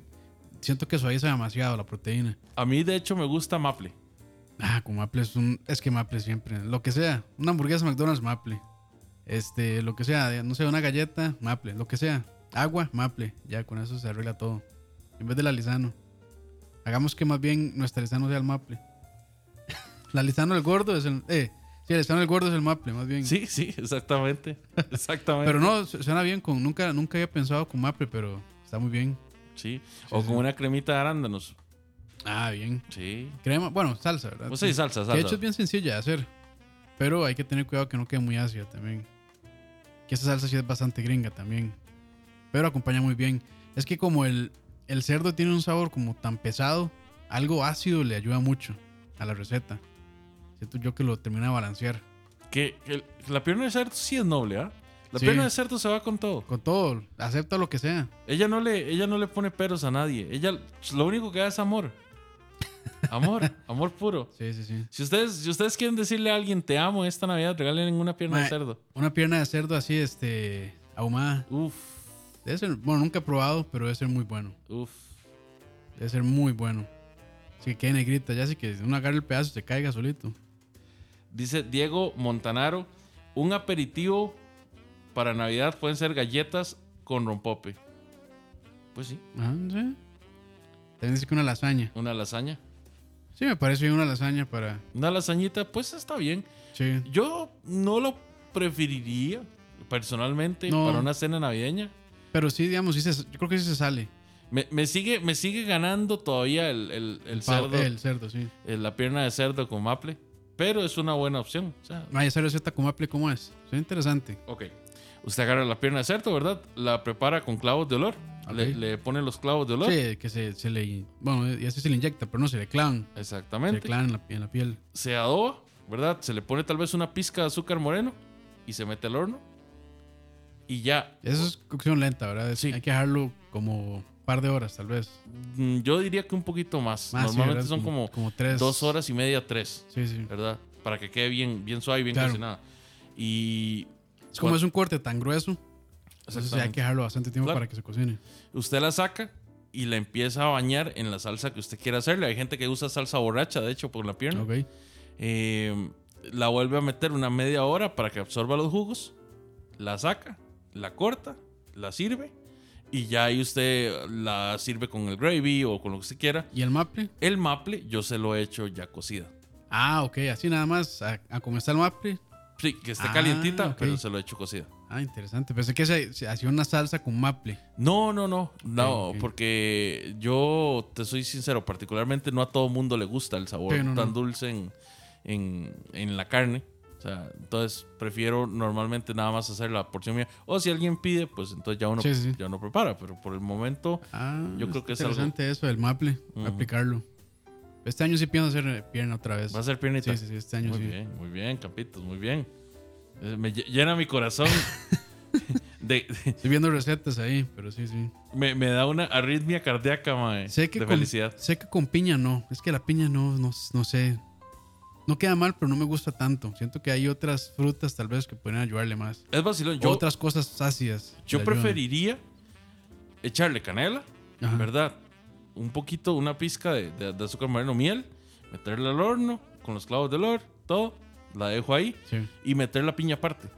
[SPEAKER 3] siento que suaviza demasiado la proteína.
[SPEAKER 2] A mí, de hecho, me gusta Maple.
[SPEAKER 3] Ah, con maple es un... Es que maple siempre. Lo que sea. Una hamburguesa McDonald's, maple. Este, lo que sea. No sé, una galleta, maple. Lo que sea. Agua, maple. Ya, con eso se arregla todo. En vez de la lisano. Hagamos que más bien nuestra lisano sea el maple. la lisano el gordo es el... Eh, sí, la lisano el gordo es el maple, más bien.
[SPEAKER 2] Sí, sí, exactamente. Exactamente.
[SPEAKER 3] Pero no, su- suena bien con nunca, nunca había pensado con Maple, pero está muy bien.
[SPEAKER 2] Sí. O
[SPEAKER 3] sí.
[SPEAKER 2] con una cremita de arándanos.
[SPEAKER 3] Ah, bien.
[SPEAKER 2] Sí.
[SPEAKER 3] Crema, bueno, salsa, ¿verdad?
[SPEAKER 2] O sea, y Pues salsa,
[SPEAKER 3] Que Ah, de
[SPEAKER 2] salsa.
[SPEAKER 3] hecho es bien sencilla de hacer. Pero hay que tener cuidado que no quede muy ácida también. Que esa salsa sí es bastante gringa también. Pero acompaña muy bien. Es que como el, el cerdo tiene un sabor como tan pesado, algo ácido le ayuda mucho a la receta. Siento yo que lo termina de balancear.
[SPEAKER 2] Que, que la pierna de cerdo sí es noble, ¿ah? La
[SPEAKER 3] Sí.
[SPEAKER 2] pierna de cerdo se va con todo.
[SPEAKER 3] Con todo, acepta lo que sea.
[SPEAKER 2] Ella no le, ella no le pone peros a nadie. Ella lo único que da es amor. Amor, amor puro.
[SPEAKER 3] Sí, sí, sí.
[SPEAKER 2] Si ustedes, si ustedes quieren decirle a alguien te amo esta Navidad, regalen una pierna de
[SPEAKER 3] Ma-
[SPEAKER 2] cerdo.
[SPEAKER 3] Una pierna de cerdo así, este, ahumada.
[SPEAKER 2] Uf,
[SPEAKER 3] Debe ser, bueno, nunca he probado, pero debe ser muy bueno.
[SPEAKER 2] uf.
[SPEAKER 3] Debe ser muy bueno. Así que quede negrita, ya así que uno agarra el pedazo y se caiga solito.
[SPEAKER 2] Dice Diego Montanaro, un aperitivo para Navidad pueden ser galletas con rompope. Pues sí,
[SPEAKER 3] Ajá, sí. También dice que una lasaña.
[SPEAKER 2] una lasaña.
[SPEAKER 3] Sí, me parece bien una lasaña para.
[SPEAKER 2] Una lasañita, pues está bien.
[SPEAKER 3] Sí.
[SPEAKER 2] Yo no lo preferiría personalmente
[SPEAKER 3] No.
[SPEAKER 2] para una cena navideña.
[SPEAKER 3] Pero sí, digamos, sí se- yo creo que sí se sale.
[SPEAKER 2] Me, me sigue, me sigue ganando todavía el, el- el
[SPEAKER 3] Pa-
[SPEAKER 2] cerdo,
[SPEAKER 3] El cerdo, sí.
[SPEAKER 2] eh, la pierna de cerdo con maple, pero es una buena opción. o sea,
[SPEAKER 3] Vaya, esa receta con maple, ¿cómo es? Es interesante.
[SPEAKER 2] ok, usted agarra la pierna de cerdo, ¿verdad? La prepara con clavos de olor. Le,
[SPEAKER 3] Ok.
[SPEAKER 2] le pone los clavos de olor.
[SPEAKER 3] Sí, que se, se le. Bueno, y así se le inyecta, pero no se le clavan. Se le
[SPEAKER 2] Exactamente.
[SPEAKER 3] clavan en la, en la piel.
[SPEAKER 2] se adoba, ¿verdad? Se le pone tal vez una pizca de azúcar moreno y se mete al horno. Y ya,
[SPEAKER 3] Eso es cocción lenta, ¿verdad? Es-
[SPEAKER 2] Sí.
[SPEAKER 3] Hay que dejarlo como un par de horas, tal vez.
[SPEAKER 2] mm, yo diría que un poquito más.
[SPEAKER 3] Más, sí,
[SPEAKER 2] Normalmente
[SPEAKER 3] ¿verdad?
[SPEAKER 2] son como,
[SPEAKER 3] tres.
[SPEAKER 2] dos horas y media, tres,
[SPEAKER 3] Sí, sí.
[SPEAKER 2] ¿verdad? Para que quede bien, bien suave y bien
[SPEAKER 3] Claro.
[SPEAKER 2] cocinada. Y
[SPEAKER 3] Es como es un corte tan grueso, entonces hay que
[SPEAKER 2] exactamente,
[SPEAKER 3] dejarlo bastante tiempo
[SPEAKER 2] Claro.
[SPEAKER 3] para que se cocine.
[SPEAKER 2] usted la saca y la empieza a bañar en la salsa que usted quiera hacerle. Hay gente que usa salsa borracha, de hecho, por la pierna.
[SPEAKER 3] Ok.
[SPEAKER 2] Eh, la vuelve a meter una media hora para que absorba los jugos. La saca, la corta, la sirve. Y ya ahí usted la sirve con el gravy o con lo que usted quiera.
[SPEAKER 3] ¿Y el maple?
[SPEAKER 2] El maple yo se lo he hecho ya cocida.
[SPEAKER 3] Ah, ok, así nada más. A, a como está el maple.
[SPEAKER 2] Sí, que esté
[SPEAKER 3] Ah,
[SPEAKER 2] calientita,
[SPEAKER 3] ok.
[SPEAKER 2] pero se lo he hecho cocida.
[SPEAKER 3] Ah, interesante. Pensé que se, se hacía una salsa con maple.
[SPEAKER 2] No, no, no, no,
[SPEAKER 3] ok.
[SPEAKER 2] porque yo te soy sincero, particularmente no a todo mundo le gusta el sabor
[SPEAKER 3] Sí, no,
[SPEAKER 2] tan
[SPEAKER 3] no.
[SPEAKER 2] dulce en, en- en la carne. O sea, entonces prefiero normalmente nada más hacer la porción mía. O si alguien pide, pues entonces ya uno,
[SPEAKER 3] Sí, sí.
[SPEAKER 2] ya uno prepara, pero por el momento
[SPEAKER 3] Ah,
[SPEAKER 2] Yo creo que es algo-
[SPEAKER 3] interesante eso del maple,
[SPEAKER 2] Ujú.
[SPEAKER 3] aplicarlo. Este año sí pienso hacer eh, pierna otra vez.
[SPEAKER 2] va a ser piernita.
[SPEAKER 3] Sí, sí, sí, este año
[SPEAKER 2] muy
[SPEAKER 3] sí.
[SPEAKER 2] bien, muy bien, Campitos, muy bien. Eh, Me lle- llena mi corazón. de, de-
[SPEAKER 3] Estoy viendo recetas ahí, pero sí, sí.
[SPEAKER 2] me, me da una arritmia cardíaca, mae,
[SPEAKER 3] Sé que,
[SPEAKER 2] de
[SPEAKER 3] con,
[SPEAKER 2] felicidad.
[SPEAKER 3] sé que con piña no. Es que la piña no, no, no sé. No queda mal, pero no me gusta tanto. Siento que hay otras frutas tal vez que pueden ayudarle más.
[SPEAKER 2] Es vacilón.
[SPEAKER 3] O
[SPEAKER 2] Yo,
[SPEAKER 3] otras cosas ácidas. que
[SPEAKER 2] Yo
[SPEAKER 3] le ayudan.
[SPEAKER 2] preferiría echarle canela,
[SPEAKER 3] Ajá.
[SPEAKER 2] ¿verdad? Un poquito, una pizca de, de- de azúcar moreno, miel, meterla al horno con los clavos de olor, todo, la dejo ahí
[SPEAKER 3] Sí.
[SPEAKER 2] y meter la piña aparte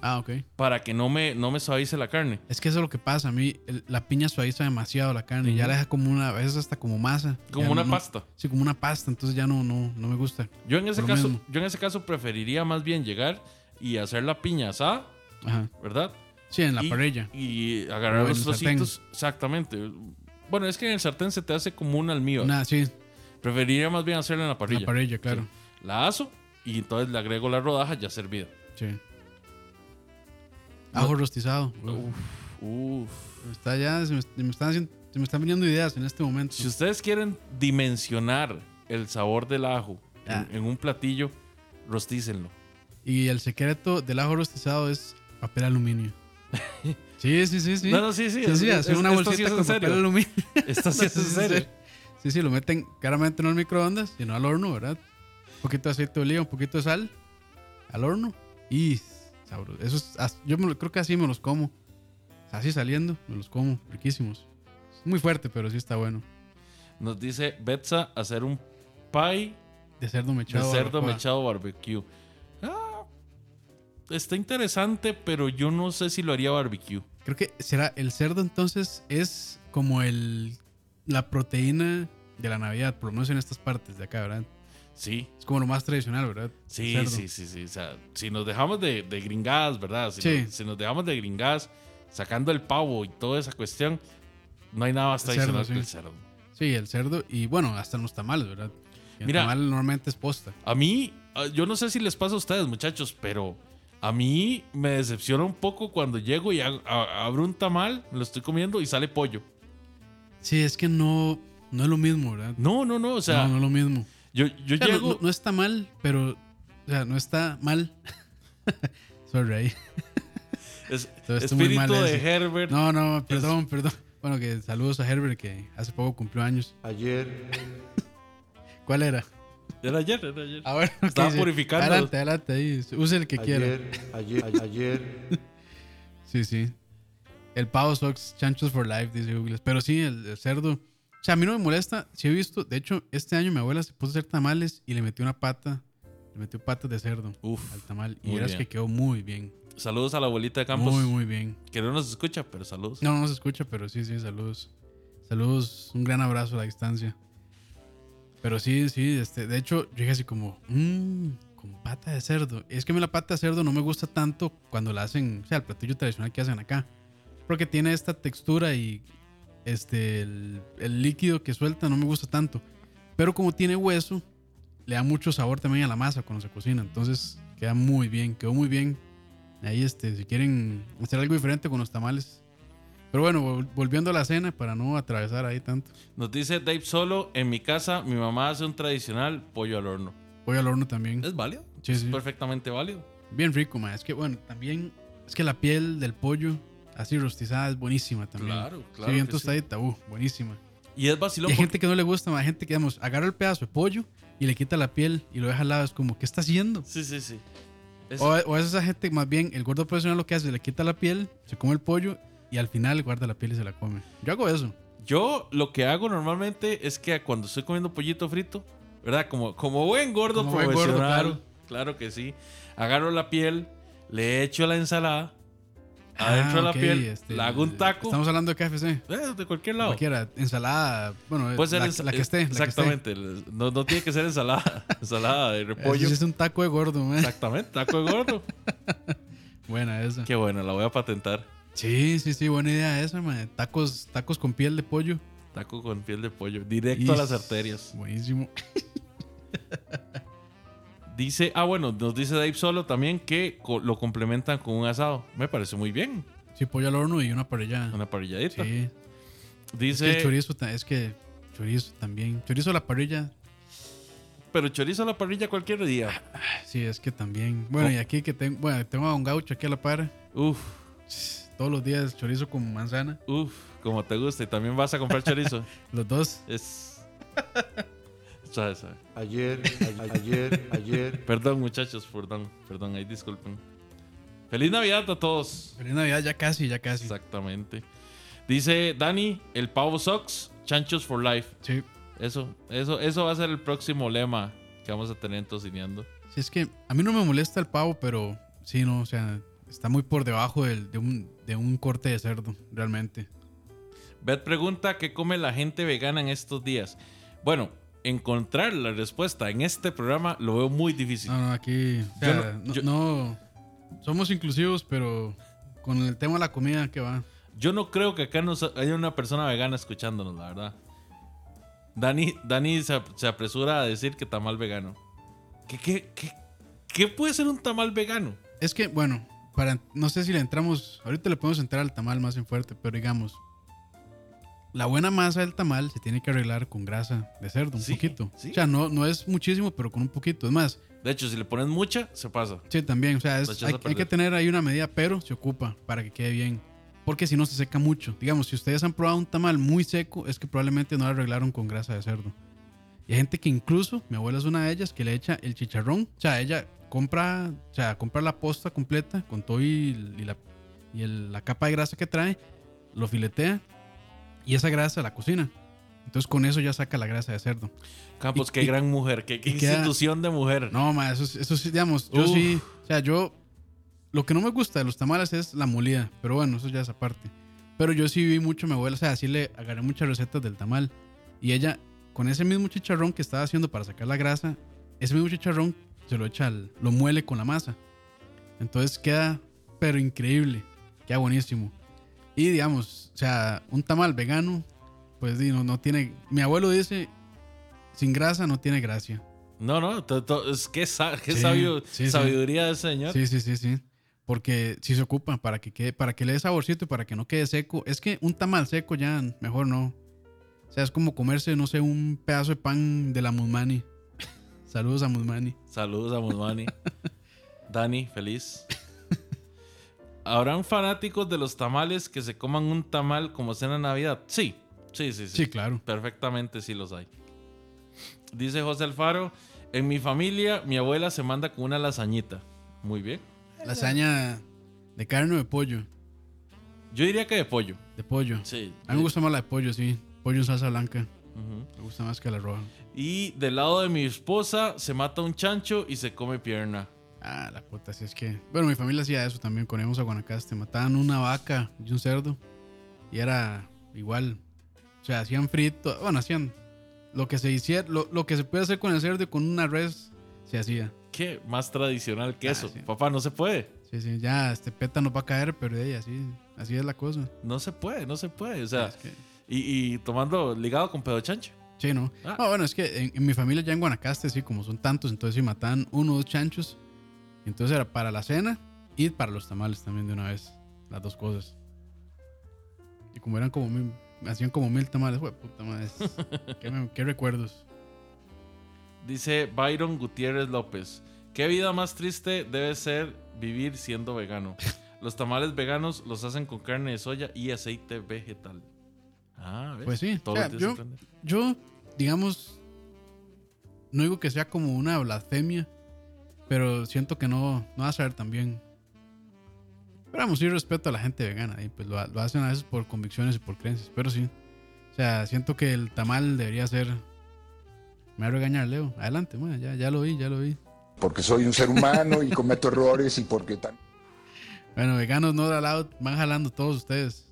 [SPEAKER 3] Ah, ok.
[SPEAKER 2] para que no me, no me suavice la carne.
[SPEAKER 3] Es que eso es lo que pasa. A mí el- la piña suaviza demasiado la carne.
[SPEAKER 2] Ujú.
[SPEAKER 3] Ya la deja como una, a veces hasta como masa.
[SPEAKER 2] Como
[SPEAKER 3] Ya
[SPEAKER 2] una
[SPEAKER 3] no-
[SPEAKER 2] pasta.
[SPEAKER 3] Sí, como una pasta. Entonces ya no, no, no me gusta.
[SPEAKER 2] Yo en, ese
[SPEAKER 3] Por lo
[SPEAKER 2] caso,
[SPEAKER 3] mismo.
[SPEAKER 2] yo en ese caso preferiría más bien llegar y hacer la piña asada,
[SPEAKER 3] Ajá.
[SPEAKER 2] ¿verdad?
[SPEAKER 3] Sí, en la
[SPEAKER 2] y,
[SPEAKER 3] parrilla.
[SPEAKER 2] Y
[SPEAKER 3] O
[SPEAKER 2] agarrar
[SPEAKER 3] en
[SPEAKER 2] los
[SPEAKER 3] el sartén.
[SPEAKER 2] trocitos. Exactamente. Bueno, es que en el sartén se te hace como un almíbar.
[SPEAKER 3] Una- sí,
[SPEAKER 2] Preferiría más bien hacerla en la
[SPEAKER 3] en
[SPEAKER 2] parrilla.
[SPEAKER 3] la parrilla, claro.
[SPEAKER 2] La aso y entonces le agrego la rodaja ya servida.
[SPEAKER 3] Sí. Ajo rostizado. Está ya, se me, me están haciendo- se me están viniendo ideas en este momento.
[SPEAKER 2] Si ustedes quieren dimensionar el sabor del ajo en-
[SPEAKER 3] Ah.
[SPEAKER 2] en, un platillo, rostícenlo.
[SPEAKER 3] Y el secreto del ajo rostizado es papel aluminio. Sí, sí, sí, sí.
[SPEAKER 2] No, no, sí, sí.
[SPEAKER 3] sí, sí,
[SPEAKER 2] es-
[SPEAKER 3] hacer
[SPEAKER 2] es-
[SPEAKER 3] una
[SPEAKER 2] esto
[SPEAKER 3] bolsita
[SPEAKER 2] sí es en
[SPEAKER 3] con
[SPEAKER 2] serio.
[SPEAKER 3] papel aluminio.
[SPEAKER 2] Esto sí es en serio.
[SPEAKER 3] Sí, sí, lo meten claramente no al microondas, sino al horno, ¿verdad? Un poquito de aceite de oliva, un poquito de sal al horno y sabroso. Eso es, as- yo me lo- creo que así me los como. Así saliendo, me los como, riquísimos. Es Muy fuerte, pero sí está bueno.
[SPEAKER 2] Nos dice Betsa hacer un pie
[SPEAKER 3] De cerdo
[SPEAKER 2] de
[SPEAKER 3] mechado.
[SPEAKER 2] cerdo
[SPEAKER 3] barbacoa.
[SPEAKER 2] mechado barbecue. Ah, está interesante, pero yo no sé si lo haría barbecue.
[SPEAKER 3] Creo que será el cerdo entonces es como el la proteína de la Navidad, por lo menos en estas partes de acá, ¿verdad?
[SPEAKER 2] Sí,
[SPEAKER 3] Es como lo más tradicional, ¿verdad?
[SPEAKER 2] Sí,
[SPEAKER 3] Cerdo.
[SPEAKER 2] sí, sí, sí. O sea, si nos dejamos de, de gringadas, ¿verdad? Si,
[SPEAKER 3] Sí.
[SPEAKER 2] nos, si nos dejamos de gringadas, sacando el pavo y toda esa cuestión, no hay nada más
[SPEAKER 3] El cerdo,
[SPEAKER 2] tradicional
[SPEAKER 3] sí.
[SPEAKER 2] que el cerdo.
[SPEAKER 3] Sí, el cerdo y bueno, hasta en los tamales, ¿verdad? El
[SPEAKER 2] Mira.
[SPEAKER 3] tamal normalmente es posta.
[SPEAKER 2] A mí, ah, yo no sé si les pasa a ustedes, muchachos, pero a mí me decepciona un poco cuando llego y hago- a- abro un tamal, me lo estoy comiendo y sale pollo.
[SPEAKER 3] Sí, es que no, no es lo mismo, ¿verdad?
[SPEAKER 2] No, no, no. O sea,
[SPEAKER 3] no, no es lo mismo.
[SPEAKER 2] yo, yo
[SPEAKER 3] O sea, no-
[SPEAKER 2] llego.
[SPEAKER 3] no, no está mal, pero. O sea, no está mal. Sorry ahí.
[SPEAKER 2] es-
[SPEAKER 3] Todo está muy
[SPEAKER 2] espíritu
[SPEAKER 3] mal
[SPEAKER 2] de
[SPEAKER 3] ese.
[SPEAKER 2] Herbert.
[SPEAKER 3] No, no, perdón, perdón. Bueno, que saludos a Herbert que hace poco cumplió años.
[SPEAKER 4] Ayer
[SPEAKER 3] ¿Cuál era?
[SPEAKER 2] Era ayer, era ayer.
[SPEAKER 3] A ver, ok,
[SPEAKER 2] Estaba
[SPEAKER 3] sí.
[SPEAKER 2] purificando.
[SPEAKER 3] Adelante, adelante, ahí. Use el que quiera.
[SPEAKER 4] ayer, ayer, ayer, ayer,
[SPEAKER 3] Sí, sí. El pavo Sox, Chanchos for Life, dice Google. Pero sí, el, el cerdo. O sea, a mí no me molesta. Si he visto, de hecho, este año mi abuela se puso a hacer tamales y le metió una pata. Le metió patas de cerdo
[SPEAKER 2] Uf.
[SPEAKER 3] al tamal. Y
[SPEAKER 2] Muy
[SPEAKER 3] verás
[SPEAKER 2] bien.
[SPEAKER 3] que quedó muy bien.
[SPEAKER 2] Saludos a la abuelita de Campos.
[SPEAKER 3] Muy, muy bien.
[SPEAKER 2] Que no nos escucha, pero saludos.
[SPEAKER 3] No, no se escucha, pero sí, sí, saludos. Saludos, un gran abrazo a la distancia. Pero sí, sí, este, de hecho, yo dije así como, mmm, con pata de cerdo. Es que a mí la pata de cerdo no me gusta tanto cuando la hacen, o sea, el platillo tradicional que hacen acá. Porque tiene esta textura y este, el, el líquido que suelta no me gusta tanto. Pero como tiene hueso, le da mucho sabor también a la masa cuando se cocina. Entonces queda muy bien, quedó muy bien. Ahí, este, si quieren hacer algo diferente con los tamales. Pero bueno, vol- volviendo a la cena para no atravesar ahí tanto.
[SPEAKER 2] Nos dice Dave Solo, en mi casa mi mamá hace un tradicional pollo al horno.
[SPEAKER 3] Voy al horno también.
[SPEAKER 2] ¿Es válido?
[SPEAKER 3] Sí, sí.
[SPEAKER 2] Es perfectamente válido.
[SPEAKER 3] Bien rico, ma. Es que bueno, también es que la piel del pollo así rostizada es buenísima también.
[SPEAKER 2] Claro,
[SPEAKER 3] Sí,
[SPEAKER 2] claro
[SPEAKER 3] bien
[SPEAKER 2] que sí.
[SPEAKER 3] tostadita, uh, buenísima.
[SPEAKER 2] Y es
[SPEAKER 3] Y
[SPEAKER 2] vacilón
[SPEAKER 3] hay
[SPEAKER 2] porque-
[SPEAKER 3] gente que no le gusta, ma. Hay gente que, digamos, agarra el pedazo de pollo y le quita la piel y lo deja al lado. Es como, ¿qué está haciendo?
[SPEAKER 2] Sí, sí, sí. Es-
[SPEAKER 3] O, o es esa gente, más bien, el gordo profesional lo que hace, le quita la piel, se come el pollo y al final guarda la piel y se la come. Yo hago eso.
[SPEAKER 2] Yo lo que hago normalmente es que cuando estoy comiendo pollito frito, ¿verdad? Como, como buen gordo
[SPEAKER 3] Como buen gordo,
[SPEAKER 2] profesional.
[SPEAKER 3] claro.
[SPEAKER 2] claro. que sí. Agarro la piel, le echo la ensalada adentro de la
[SPEAKER 3] Ah, ok,
[SPEAKER 2] piel,
[SPEAKER 3] este,
[SPEAKER 2] la hago un taco.
[SPEAKER 3] Estamos hablando de KFC.
[SPEAKER 2] eh, de cualquier lado.
[SPEAKER 3] Cualquiera, ensalada, bueno,
[SPEAKER 2] Puede ser
[SPEAKER 3] la,
[SPEAKER 2] ensa-
[SPEAKER 3] la que esté. la que esté.
[SPEAKER 2] Exactamente. No, no tiene que ser ensalada. ensalada de repollo.
[SPEAKER 3] Ese Es un taco de gordo, ma.
[SPEAKER 2] Exactamente, taco de gordo.
[SPEAKER 3] Buena esa.
[SPEAKER 2] Qué bueno, la voy a patentar.
[SPEAKER 3] Sí, sí, sí, buena idea esa, man. Tacos, tacos con piel de pollo.
[SPEAKER 2] Taco con piel de pollo, directo a
[SPEAKER 3] Y-
[SPEAKER 2] las arterias.
[SPEAKER 3] Buenísimo.
[SPEAKER 2] Dice, ah, bueno, nos dice Dave Solo también que co- lo complementan con un asado. Me parece muy bien.
[SPEAKER 3] Sí, pollo al horno y una parrilla.
[SPEAKER 2] Una parrilladita.
[SPEAKER 3] Sí. Es
[SPEAKER 2] Dice,
[SPEAKER 3] que el chorizo, ta- es que chorizo también. Chorizo a la parrilla,
[SPEAKER 2] pero chorizo a la parrilla cualquier día.
[SPEAKER 3] sí, es que también. Bueno,
[SPEAKER 2] Oh.
[SPEAKER 3] y aquí que tengo, bueno, tengo a un gaucho aquí a la par.
[SPEAKER 2] Uf,
[SPEAKER 3] Todos los días chorizo con manzana.
[SPEAKER 2] uf, como te gusta. Y también vas a comprar chorizo.
[SPEAKER 3] Los dos.
[SPEAKER 2] es. Sabe, sabe.
[SPEAKER 4] ayer, a- ayer, ayer,
[SPEAKER 2] Perdón, muchachos, perdón, perdón, ahí disculpen. Feliz Navidad a todos.
[SPEAKER 3] Feliz Navidad, ya casi, ya casi.
[SPEAKER 2] Exactamente. Dice Dani, el pavo socks, chanchos for life.
[SPEAKER 3] Sí.
[SPEAKER 2] Eso, eso, eso va a ser el próximo lema que vamos a tener en Tocineando.
[SPEAKER 3] Sí, es que a mí no me molesta el pavo, pero sí, no, o sea, está muy por debajo del- de, un, de un corte de cerdo, realmente.
[SPEAKER 2] Beth pregunta qué come la gente vegana en estos días. Bueno, encontrar la respuesta en este programa lo veo muy difícil.
[SPEAKER 3] No, no, aquí. o
[SPEAKER 2] Yo
[SPEAKER 3] sea,
[SPEAKER 2] no-
[SPEAKER 3] no,
[SPEAKER 2] yo-
[SPEAKER 3] no- Somos inclusivos, pero con el tema de la comida, que va?
[SPEAKER 2] Yo no creo que acá nos haya una persona vegana escuchándonos, la verdad. Dani, Dani se, ap- se apresura a decir que tamal vegano. ¿Qué, qué, qué, qué puede ser un tamal vegano?
[SPEAKER 3] Es que, bueno, para, no sé si le entramos. Ahorita le podemos entrar al tamal más en fuerte, pero digamos. La buena masa del tamal se tiene que arreglar con grasa de cerdo, un
[SPEAKER 2] Sí,
[SPEAKER 3] poquito.
[SPEAKER 2] sí.
[SPEAKER 3] O sea, no, no es muchísimo, pero con un poquito. Es más,
[SPEAKER 2] De hecho, si le pones mucha, se pasa.
[SPEAKER 3] Sí, también. O sea, es-
[SPEAKER 2] Lo echas a
[SPEAKER 3] hay, hay que
[SPEAKER 2] perder.
[SPEAKER 3] tener ahí una medida, pero se ocupa para que quede bien. Porque si no, se seca mucho. Digamos, si ustedes han probado un tamal muy seco, es que probablemente no lo arreglaron con grasa de cerdo. Y hay gente que incluso, mi abuela es una de ellas, que le echa el chicharrón. O sea, ella compra, o sea, compra la posta completa con todo y, y la, y el- la capa de grasa que trae, lo filetea y esa grasa la cocina. Entonces con eso ya saca la grasa de cerdo.
[SPEAKER 2] Campos,
[SPEAKER 3] Y-
[SPEAKER 2] qué
[SPEAKER 3] y-
[SPEAKER 2] gran mujer, qué, qué
[SPEAKER 3] y queda-
[SPEAKER 2] institución de mujer.
[SPEAKER 3] No, ma, eso, sí- eso sí, digamos, yo
[SPEAKER 2] Uf.
[SPEAKER 3] sí, o sea, yo, lo que no me gusta de los tamales es la molida, pero bueno, eso ya es aparte. Pero yo sí vi mucho a mi abuela, o sea, sí le agarré muchas recetas del tamal. Y ella, con ese mismo chicharrón que estaba haciendo para sacar la grasa, ese mismo chicharrón se lo echa, al- lo muele con la masa. Entonces queda, pero increíble, queda buenísimo. Y digamos, o sea, un tamal vegano, pues di, no, no tiene, mi abuelo dice, sin grasa no tiene gracia.
[SPEAKER 2] No, no, to- to- es que sa- qué
[SPEAKER 3] Sí,
[SPEAKER 2] sabio-
[SPEAKER 3] sí, sí.
[SPEAKER 2] sabiduría de ese señor.
[SPEAKER 3] Sí, sí, sí, sí. Porque sí se ocupa para que quede, para que le dé saborcito y para que no quede seco. Es que un tamal seco ya mejor no. O sea, es como comerse, no sé, un pedazo de pan de la Musmani. Saludos a Musmani.
[SPEAKER 2] Saludos a Musmani. Dani, feliz. ¿Habrán fanáticos de los tamales que se coman un tamal como cena de Navidad? Sí, sí, sí, sí.
[SPEAKER 3] Sí, claro.
[SPEAKER 2] Perfectamente sí los hay. Dice José Alfaro, en mi familia mi abuela se manda con una lasañita. Muy bien.
[SPEAKER 3] Lasaña de carne o de pollo.
[SPEAKER 2] Yo diría que de pollo.
[SPEAKER 3] De pollo.
[SPEAKER 2] Sí.
[SPEAKER 3] A mí me gusta más la de pollo, sí. Pollo en salsa blanca.
[SPEAKER 2] Ujú.
[SPEAKER 3] Me gusta más que la roja.
[SPEAKER 2] Y del lado de mi esposa se mata un chancho y se come pierna.
[SPEAKER 3] Ah, la puta, si es que. Bueno, mi familia hacía eso también. Cuando íbamos a Guanacaste, mataban una vaca y un cerdo. Y era igual. O sea, hacían frito. Bueno, hacían lo que se hiciera, lo, lo que se puede hacer con el cerdo y con una res, se hacía.
[SPEAKER 2] ¿Qué? Más tradicional que
[SPEAKER 3] Ah,
[SPEAKER 2] eso.
[SPEAKER 3] sí.
[SPEAKER 2] Papá, no se puede.
[SPEAKER 3] Sí, sí, ya este peta nos va a caer, pero de ahí, así, así es la cosa.
[SPEAKER 2] No se puede, no se puede. O sea,
[SPEAKER 3] Es que-
[SPEAKER 2] y, y tomando ligado con pedo chancho.
[SPEAKER 3] Sí, ¿no?
[SPEAKER 2] Ah.
[SPEAKER 3] No, bueno, es que en, en mi familia ya en Guanacaste, sí, como son tantos, entonces sí mataban uno o dos chanchos. Entonces era para la cena y para los tamales también de una vez. Las dos cosas. Y como eran como mil, hacían como mil tamales, güey, puta madre. es- qué, me- qué recuerdos.
[SPEAKER 2] Dice Byron Gutiérrez López. ¿Qué vida más triste debe ser vivir siendo vegano? Los tamales veganos los hacen con carne de soya y aceite vegetal. Ah, ¿ves?
[SPEAKER 3] Pues sí,
[SPEAKER 2] Todo
[SPEAKER 3] o sea,
[SPEAKER 2] lo tienes
[SPEAKER 3] yo-
[SPEAKER 2] que aprender.
[SPEAKER 3] Yo, digamos, no digo que sea como una blasfemia, pero siento que no, no va a saber tan bien. Pero vamos, sí respeto a la gente vegana, y pues lo, lo hacen a veces por convicciones y por creencias, pero sí. O sea, siento que el tamal debería ser... Me va a regañar, Leo. Adelante, bueno, ya, ya lo vi, ya lo vi.
[SPEAKER 5] porque soy un ser humano y cometo errores y porque también...
[SPEAKER 3] Bueno, veganos no allowed, van jalando todos ustedes.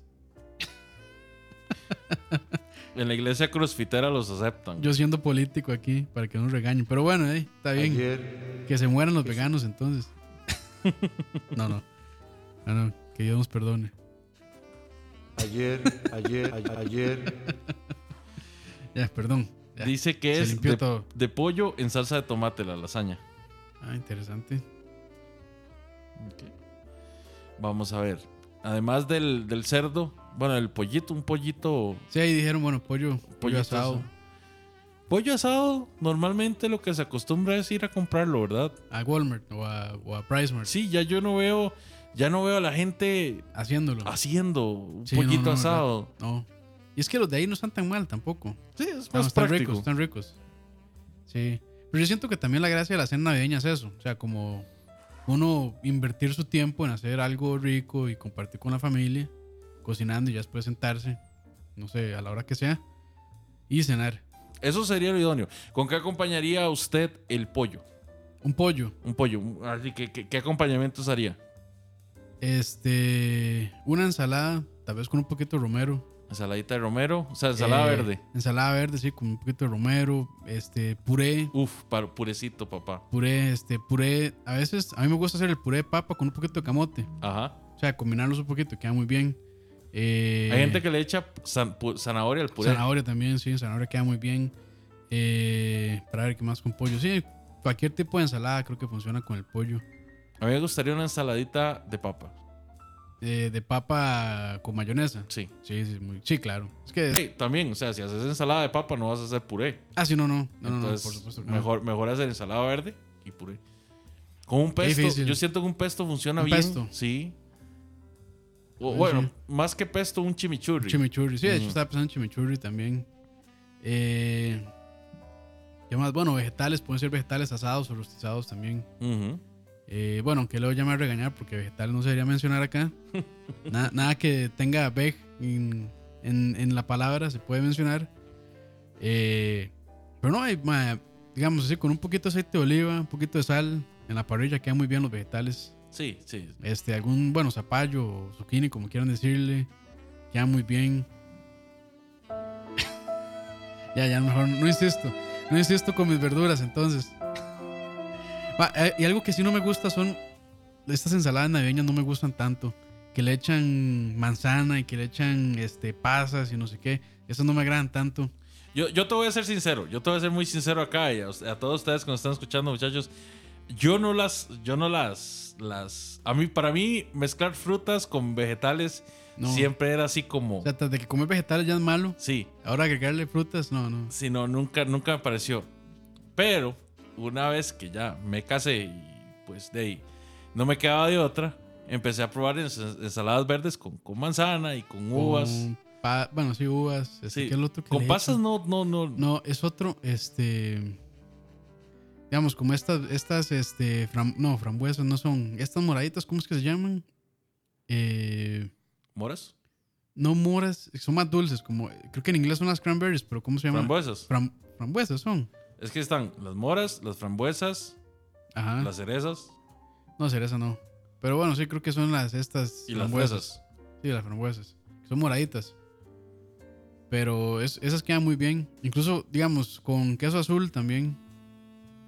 [SPEAKER 2] En la iglesia crossfitera los aceptan.
[SPEAKER 3] Yo siendo político aquí, para que no nos regañen. Pero bueno, eh, está bien.
[SPEAKER 4] ayer,
[SPEAKER 3] Que se mueran los veganos entonces. No, no. No, no, que Dios nos perdone.
[SPEAKER 4] ayer, ayer, a- ayer,
[SPEAKER 3] Ya, perdón. Ya.
[SPEAKER 2] Dice que
[SPEAKER 3] Se
[SPEAKER 2] es
[SPEAKER 3] limpió
[SPEAKER 2] de,
[SPEAKER 3] todo.
[SPEAKER 2] de pollo en salsa de tomate la lasaña.
[SPEAKER 3] Ah, interesante.
[SPEAKER 2] Vamos a ver. Además del, del cerdo, bueno, el pollito, un pollito.
[SPEAKER 3] Sí, ahí dijeron, bueno, pollo, pollo
[SPEAKER 2] Pollito
[SPEAKER 3] asado.
[SPEAKER 2] asado. Pollo asado, normalmente lo que se acostumbra es ir a comprarlo, ¿verdad?
[SPEAKER 3] A Walmart o a, o a Pricemart.
[SPEAKER 2] Sí, ya yo no veo, ya no veo a la gente
[SPEAKER 3] Haciéndolo.
[SPEAKER 2] haciendo un
[SPEAKER 3] Ah, Sí, no,
[SPEAKER 2] pollito
[SPEAKER 3] no, no,
[SPEAKER 2] asado.
[SPEAKER 3] No. Y es que los de ahí no están tan mal tampoco.
[SPEAKER 2] Sí, es
[SPEAKER 3] No,
[SPEAKER 2] más
[SPEAKER 3] están
[SPEAKER 2] práctico.
[SPEAKER 3] ricos, están ricos. Sí. Pero yo siento que también la gracia de la cena navideña es eso. O sea, como uno invertir su tiempo en hacer algo rico y compartir con la familia, cocinando y ya después sentarse, no sé, a la hora que sea, y cenar.
[SPEAKER 2] Eso sería lo idóneo. ¿Con qué acompañaría usted el pollo?
[SPEAKER 3] Un pollo,
[SPEAKER 2] Un pollo. un- así que- que- ¿qué acompañamientos haría?
[SPEAKER 3] este, una ensalada, tal vez con un poquito de romero.
[SPEAKER 2] Ensaladita de romero, o sea, ensalada
[SPEAKER 3] Eh,
[SPEAKER 2] verde.
[SPEAKER 3] Ensalada verde, sí, con un poquito de romero, este, puré,
[SPEAKER 2] Uf, para purecito, papá.
[SPEAKER 3] puré, este, puré. A veces, a mí me gusta hacer el puré de papa con un poquito de camote.
[SPEAKER 2] Ajá.
[SPEAKER 3] O sea, combinarlos un poquito, queda muy bien. Eh,
[SPEAKER 2] Hay gente que le echa zan- pu- zanahoria al puré.
[SPEAKER 3] Zanahoria también, sí, zanahoria queda muy bien. Eh, para ver qué más con pollo. Sí, cualquier tipo de ensalada creo que funciona con el pollo.
[SPEAKER 2] A mí me gustaría una ensaladita de papa.
[SPEAKER 3] Eh, de papa con mayonesa.
[SPEAKER 2] Sí.
[SPEAKER 3] Sí, sí, muy- sí, claro. Es que.
[SPEAKER 2] Sí, también, o sea, si haces ensalada de papa no vas a hacer puré.
[SPEAKER 3] Ah, sí, no, no. No, no, no,
[SPEAKER 2] Entonces,
[SPEAKER 3] por supuesto. que no.
[SPEAKER 2] mejor, mejor hacer ensalada verde y puré. Con un pesto,
[SPEAKER 3] difícil.
[SPEAKER 2] yo siento que un pesto funciona
[SPEAKER 3] ¿Un
[SPEAKER 2] bien.
[SPEAKER 3] pesto?
[SPEAKER 2] Sí. O-
[SPEAKER 3] Sí,
[SPEAKER 2] bueno,
[SPEAKER 3] sí.
[SPEAKER 2] más que pesto, un chimichurri.
[SPEAKER 3] Chimichurri. Sí, de hecho
[SPEAKER 2] Mm.
[SPEAKER 3] estaba pensando en chimichurri también. Eh, ¿Qué más? Bueno, vegetales. Pueden ser vegetales asados o rostizados también.
[SPEAKER 2] Ujú.
[SPEAKER 3] Eh, bueno, aunque luego ya me va a regañar porque vegetal no se debería mencionar acá. Na- nada que tenga veg en, en- en la palabra se puede mencionar. Eh, pero no, hay, ma- digamos así, con un poquito de aceite de oliva, un poquito de sal en la parrilla quedan muy bien los vegetales.
[SPEAKER 2] Sí, sí.
[SPEAKER 3] Este, algún, bueno, zapallo o zucchini, como quieran decirle, quedan muy bien. ya, ya, mejor no insisto. No insisto con mis verduras, entonces. Va, eh, y algo que sí no me gusta son estas ensaladas navideñas no me gustan tanto. Que le echan manzana y que le echan este, pasas y no sé qué. Esas no me agradan tanto.
[SPEAKER 2] Yo, yo te voy a ser sincero, yo te voy a ser muy sincero acá y a, a todos ustedes que nos están escuchando, muchachos. Yo no las, yo no las, las. A mí, para mí, mezclar frutas con vegetales
[SPEAKER 3] No.
[SPEAKER 2] siempre era así como.
[SPEAKER 3] O sea, desde que comer vegetales ya es malo.
[SPEAKER 2] sí,
[SPEAKER 3] Ahora agregarle frutas, no, no.
[SPEAKER 2] sí, no, nunca, nunca me pareció. Pero una vez que ya me casé y pues de ahí no me quedaba de otra, empecé a probar ens- ensaladas verdes con, con manzana y con uvas.
[SPEAKER 3] Con pa- bueno, sí, uvas. Este,
[SPEAKER 2] Sí,
[SPEAKER 3] ¿qué es lo otro que
[SPEAKER 2] Con
[SPEAKER 3] le
[SPEAKER 2] pasas
[SPEAKER 3] echan?
[SPEAKER 2] no, no, no,
[SPEAKER 3] No, es otro, este. Digamos, como estas, estas, este. fram- no, frambuesas no son. Estas moraditas, ¿cómo es que se llaman? Eh,
[SPEAKER 2] ¿Moras?
[SPEAKER 3] no moras, son más dulces, como. Creo que en inglés son las cranberries, pero ¿cómo se llaman?
[SPEAKER 2] Frambuesas.
[SPEAKER 3] Fram- frambuesas son.
[SPEAKER 2] Es que están las moras, las frambuesas,
[SPEAKER 3] Ajá.
[SPEAKER 2] las cerezas.
[SPEAKER 3] No, cereza no. Pero bueno, sí, creo que son las estas.
[SPEAKER 2] Y las
[SPEAKER 3] frambuesas.
[SPEAKER 2] fresas.
[SPEAKER 3] Sí, las frambuesas. que Son moraditas. Pero es- esas quedan muy bien. Incluso, digamos, con queso azul también.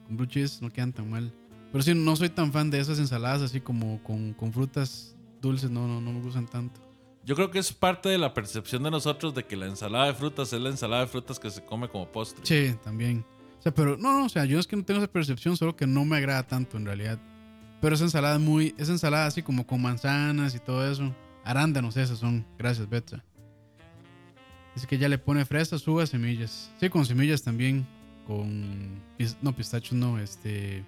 [SPEAKER 3] Con blue cheese no quedan tan mal. Pero sí, no soy tan fan de esas ensaladas así como con, con frutas dulces. No, no, no me gustan tanto.
[SPEAKER 2] Yo creo que es parte de la percepción de nosotros de que la ensalada de frutas es la ensalada de frutas que se come como postre.
[SPEAKER 3] Sí, también. O sea, pero no, no, o sea, yo es que no tengo esa percepción, solo que no me agrada tanto en realidad. Pero esa ensalada es muy, esa ensalada así como con manzanas y todo eso. Arándanos esas son. Gracias, Betsa. Dice que ya le pone fresas, uvas, semillas. Sí, con semillas también. Con. pis- No, pistachos no, este.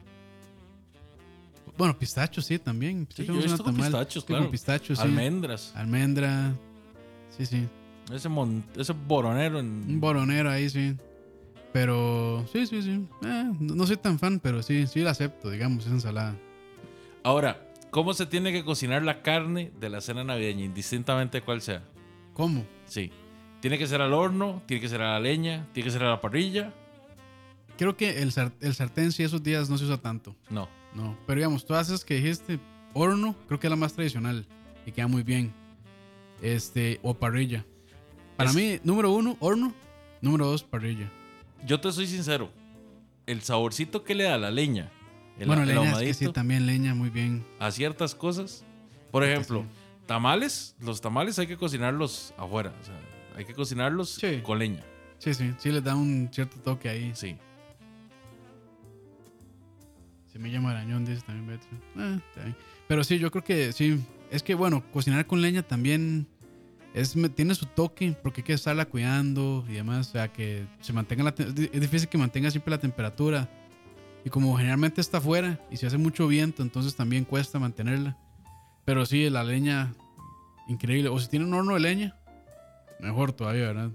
[SPEAKER 3] Bueno, pistachos sí también.
[SPEAKER 2] Sí, yo
[SPEAKER 3] Pistachos no
[SPEAKER 2] he
[SPEAKER 3] suena
[SPEAKER 2] visto con
[SPEAKER 3] tan mal.
[SPEAKER 2] pistachos,
[SPEAKER 3] Sí,
[SPEAKER 2] claro.
[SPEAKER 3] Con pistachos, pues sí. Ah.
[SPEAKER 2] Almendras.
[SPEAKER 3] Almendra. Sí, sí.
[SPEAKER 2] Ese, mon- ese boronero
[SPEAKER 3] Un
[SPEAKER 2] en...
[SPEAKER 3] boronero ahí, sí. Pero sí, sí, sí. Eh, no no soy tan fan, pero sí, sí la acepto, digamos, esa ensalada.
[SPEAKER 2] Ahora, ¿cómo se tiene que cocinar la carne de la cena navideña, indistintamente cuál sea?
[SPEAKER 3] ¿Cómo?
[SPEAKER 2] Sí. Tiene que ser al horno, tiene que ser a la leña, tiene que ser a la parrilla.
[SPEAKER 3] Creo que el, sar- el sartén sí esos días no se usa tanto,
[SPEAKER 2] No.
[SPEAKER 3] no. Pero digamos, todas esas que dijiste, horno, creo que es la más tradicional y queda muy bien. Este, o parrilla. Para
[SPEAKER 2] Es-
[SPEAKER 3] mí, número uno, horno. Número dos, parrilla.
[SPEAKER 2] Yo te soy sincero. El saborcito que le da la leña, el,
[SPEAKER 3] bueno,
[SPEAKER 2] el
[SPEAKER 3] leña es que
[SPEAKER 2] ahumadito,
[SPEAKER 3] sí, también leña, muy bien.
[SPEAKER 2] a ciertas cosas. Por
[SPEAKER 3] Creo que
[SPEAKER 2] ejemplo,
[SPEAKER 3] sí.
[SPEAKER 2] tamales, los tamales hay que cocinarlos afuera. o sea, hay que cocinarlos
[SPEAKER 3] Sí.
[SPEAKER 2] con leña.
[SPEAKER 3] Sí, sí, sí les da un cierto toque ahí.
[SPEAKER 2] Sí.
[SPEAKER 3] Se me llama arañón, dice también Beto. Eh, está bien. Pero sí, yo creo que sí. Es que bueno, cocinar con leña también es, me- tiene su toque, porque hay que estarla cuidando y demás. O sea, que se mantenga la te- Es difícil que mantenga siempre la temperatura. Y como generalmente está afuera y se hace mucho viento, entonces también cuesta mantenerla. Pero sí, la leña, increíble. O si tiene un horno de leña, mejor todavía, ¿verdad?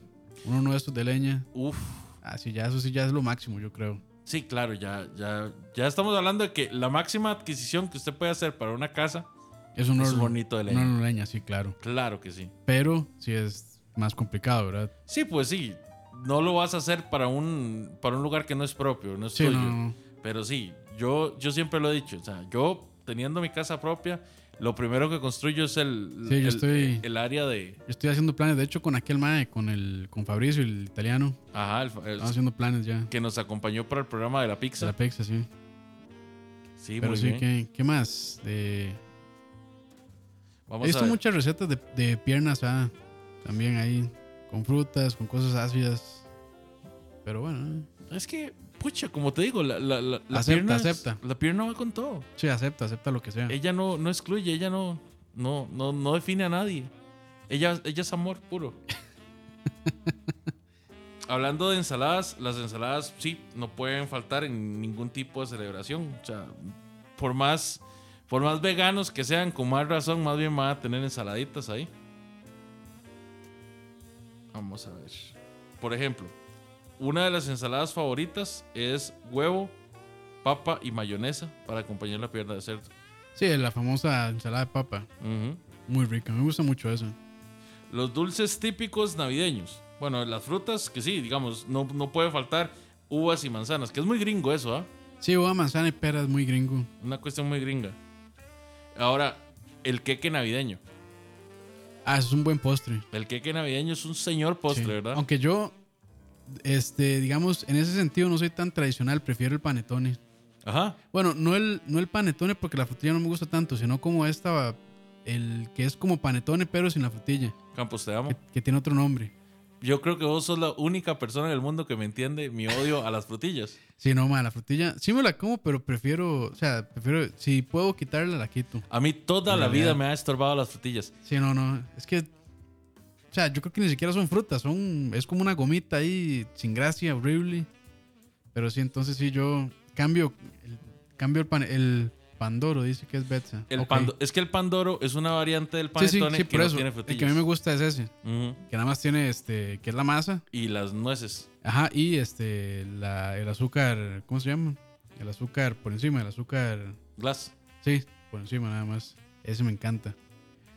[SPEAKER 3] Un horno de estos de leña.
[SPEAKER 2] Uf.
[SPEAKER 3] Ah, sí, ya, eso sí ya es lo máximo, yo creo.
[SPEAKER 2] Sí, claro, ya, ya, ya estamos hablando de que la máxima adquisición que usted puede hacer para una casa
[SPEAKER 3] Es un
[SPEAKER 2] es
[SPEAKER 3] horno.
[SPEAKER 2] un hornito de
[SPEAKER 3] un
[SPEAKER 2] leña.
[SPEAKER 3] horno de leña, sí, claro.
[SPEAKER 2] Claro que sí.
[SPEAKER 3] Pero sí es más complicado, ¿verdad?
[SPEAKER 2] Sí, pues sí. No lo vas a hacer para un, para un lugar que no es propio, no es
[SPEAKER 3] Sí,
[SPEAKER 2] tuyo.
[SPEAKER 3] no, no.
[SPEAKER 2] Pero sí, yo, yo siempre lo he dicho. O sea, yo teniendo mi casa propia, lo primero que construyo es el,
[SPEAKER 3] Sí, yo
[SPEAKER 2] el,
[SPEAKER 3] estoy-
[SPEAKER 2] el área de.
[SPEAKER 3] Yo estoy haciendo planes, de hecho, con aquel mae, con el con Fabricio, el italiano.
[SPEAKER 2] Ajá, el- el-
[SPEAKER 3] Estamos haciendo planes ya.
[SPEAKER 2] que nos acompañó para el programa de la
[SPEAKER 3] De
[SPEAKER 2] pizza.
[SPEAKER 3] la Pexa, sí.
[SPEAKER 2] Sí,
[SPEAKER 3] Pero
[SPEAKER 2] muy
[SPEAKER 3] sí,
[SPEAKER 2] bien.
[SPEAKER 3] ¿qué, qué más? De- He
[SPEAKER 2] Vamos a
[SPEAKER 3] visto
[SPEAKER 2] ver.
[SPEAKER 3] muchas recetas de, de piernas ah, también ahí, con frutas, con cosas ácidas. Pero bueno, eh,
[SPEAKER 2] Es que, pucha, como te digo, la, la, la, la
[SPEAKER 3] Acepta,
[SPEAKER 2] pierna. es-
[SPEAKER 3] acepta.
[SPEAKER 2] La pierna va con todo.
[SPEAKER 3] sí, acepta, acepta lo que sea.
[SPEAKER 2] Ella no, no excluye, ella no, no, no, no define a nadie. Ella, ella es amor puro. Hablando de ensaladas, las ensaladas sí, no pueden faltar en ningún tipo de celebración. O sea, por más, por más veganos que sean, con más razón, más bien van a tener ensaladitas ahí. Vamos a ver. Por ejemplo, una de las ensaladas favoritas es huevo, papa y mayonesa para acompañar la pierna de cerdo.
[SPEAKER 3] Sí, la famosa ensalada de papa,
[SPEAKER 2] Ujú.
[SPEAKER 3] muy rica, me gusta mucho eso.
[SPEAKER 2] Los dulces típicos navideños. Bueno, las frutas, que sí, digamos, no, no puede faltar uvas y manzanas, que es muy gringo eso, ¿ah?
[SPEAKER 3] Sí, uva, manzana y peras, muy gringo.
[SPEAKER 2] Una cuestión muy gringa. Ahora, el queque navideño.
[SPEAKER 3] Ah, eso es un buen postre.
[SPEAKER 2] El queque navideño es un señor
[SPEAKER 3] Sí.
[SPEAKER 2] postre, ¿verdad?
[SPEAKER 3] Aunque yo, este, digamos, en ese sentido no soy tan tradicional, prefiero el panetone.
[SPEAKER 2] Ajá.
[SPEAKER 3] Bueno, no el, no el panetone porque la frutilla no me gusta tanto, sino como esta, el que es como panetone pero sin la frutilla,
[SPEAKER 2] Campos, te amo.
[SPEAKER 3] que, que tiene otro nombre.
[SPEAKER 2] Yo creo que vos sos la única persona en el mundo que me entiende mi odio a las frutillas.
[SPEAKER 3] Sí, no, ma, la frutilla, sí me la como, pero prefiero, o sea, prefiero, si puedo quitarla, la quito.
[SPEAKER 2] A mí toda
[SPEAKER 3] En
[SPEAKER 2] la vida
[SPEAKER 3] realidad.
[SPEAKER 2] me ha estorbado las frutillas.
[SPEAKER 3] Sí, no, no, es que, o sea, yo creo que ni siquiera son frutas, son, es como una gomita ahí, sin gracia, horrible. Pero sí, entonces sí, yo cambio, el, cambio el, pan- el pandoro, dice que es Betsa.
[SPEAKER 2] El
[SPEAKER 3] Ok.
[SPEAKER 2] pando- es que el pandoro es una variante del
[SPEAKER 3] Sí, sí,
[SPEAKER 2] panetone
[SPEAKER 3] sí,
[SPEAKER 2] que
[SPEAKER 3] por
[SPEAKER 2] no
[SPEAKER 3] eso.
[SPEAKER 2] tiene
[SPEAKER 3] el que a
[SPEAKER 2] frutillas.
[SPEAKER 3] mí me gusta es ese,
[SPEAKER 2] Ujú.
[SPEAKER 3] que nada más tiene, este, que es la masa.
[SPEAKER 2] Y las nueces.
[SPEAKER 3] Ajá, y este, la, el azúcar, ¿cómo se llama? El azúcar por encima, el azúcar,
[SPEAKER 2] Glass.
[SPEAKER 3] sí, por encima nada más. Ese me encanta.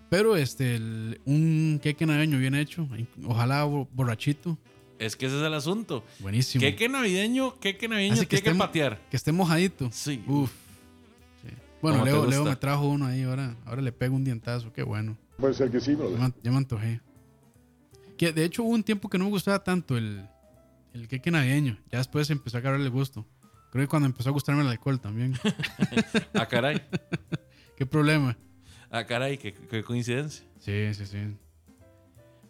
[SPEAKER 3] Pero este, el- un queque navideño bien hecho, ojalá bo- borrachito,
[SPEAKER 2] Es que ese es el asunto.
[SPEAKER 3] buenísimo.
[SPEAKER 2] ¿Qué, qué navideño? ¿Qué, qué navideño?
[SPEAKER 3] Así que
[SPEAKER 2] tiene que
[SPEAKER 3] estemos-
[SPEAKER 2] patear?
[SPEAKER 3] Que esté mojadito.
[SPEAKER 2] Sí.
[SPEAKER 3] Uf. Bueno,
[SPEAKER 2] ¿Cómo te
[SPEAKER 3] Leo, Leo
[SPEAKER 2] gusta?
[SPEAKER 3] me trajo uno ahí, ahora, ahora le pego un dientazo, qué bueno.
[SPEAKER 6] Puede ser que sí, brother.
[SPEAKER 3] Ya me, ya me antojé. Que de hecho hubo un tiempo que no me gustaba tanto el, el queque navideño. Ya después empezó a agarrarle el gusto. Creo que cuando empezó a gustarme el alcohol también.
[SPEAKER 2] Ah, caray.
[SPEAKER 3] ¿Qué problema?
[SPEAKER 2] Ah, caray, qué, qué coincidencia.
[SPEAKER 3] Sí, sí, sí.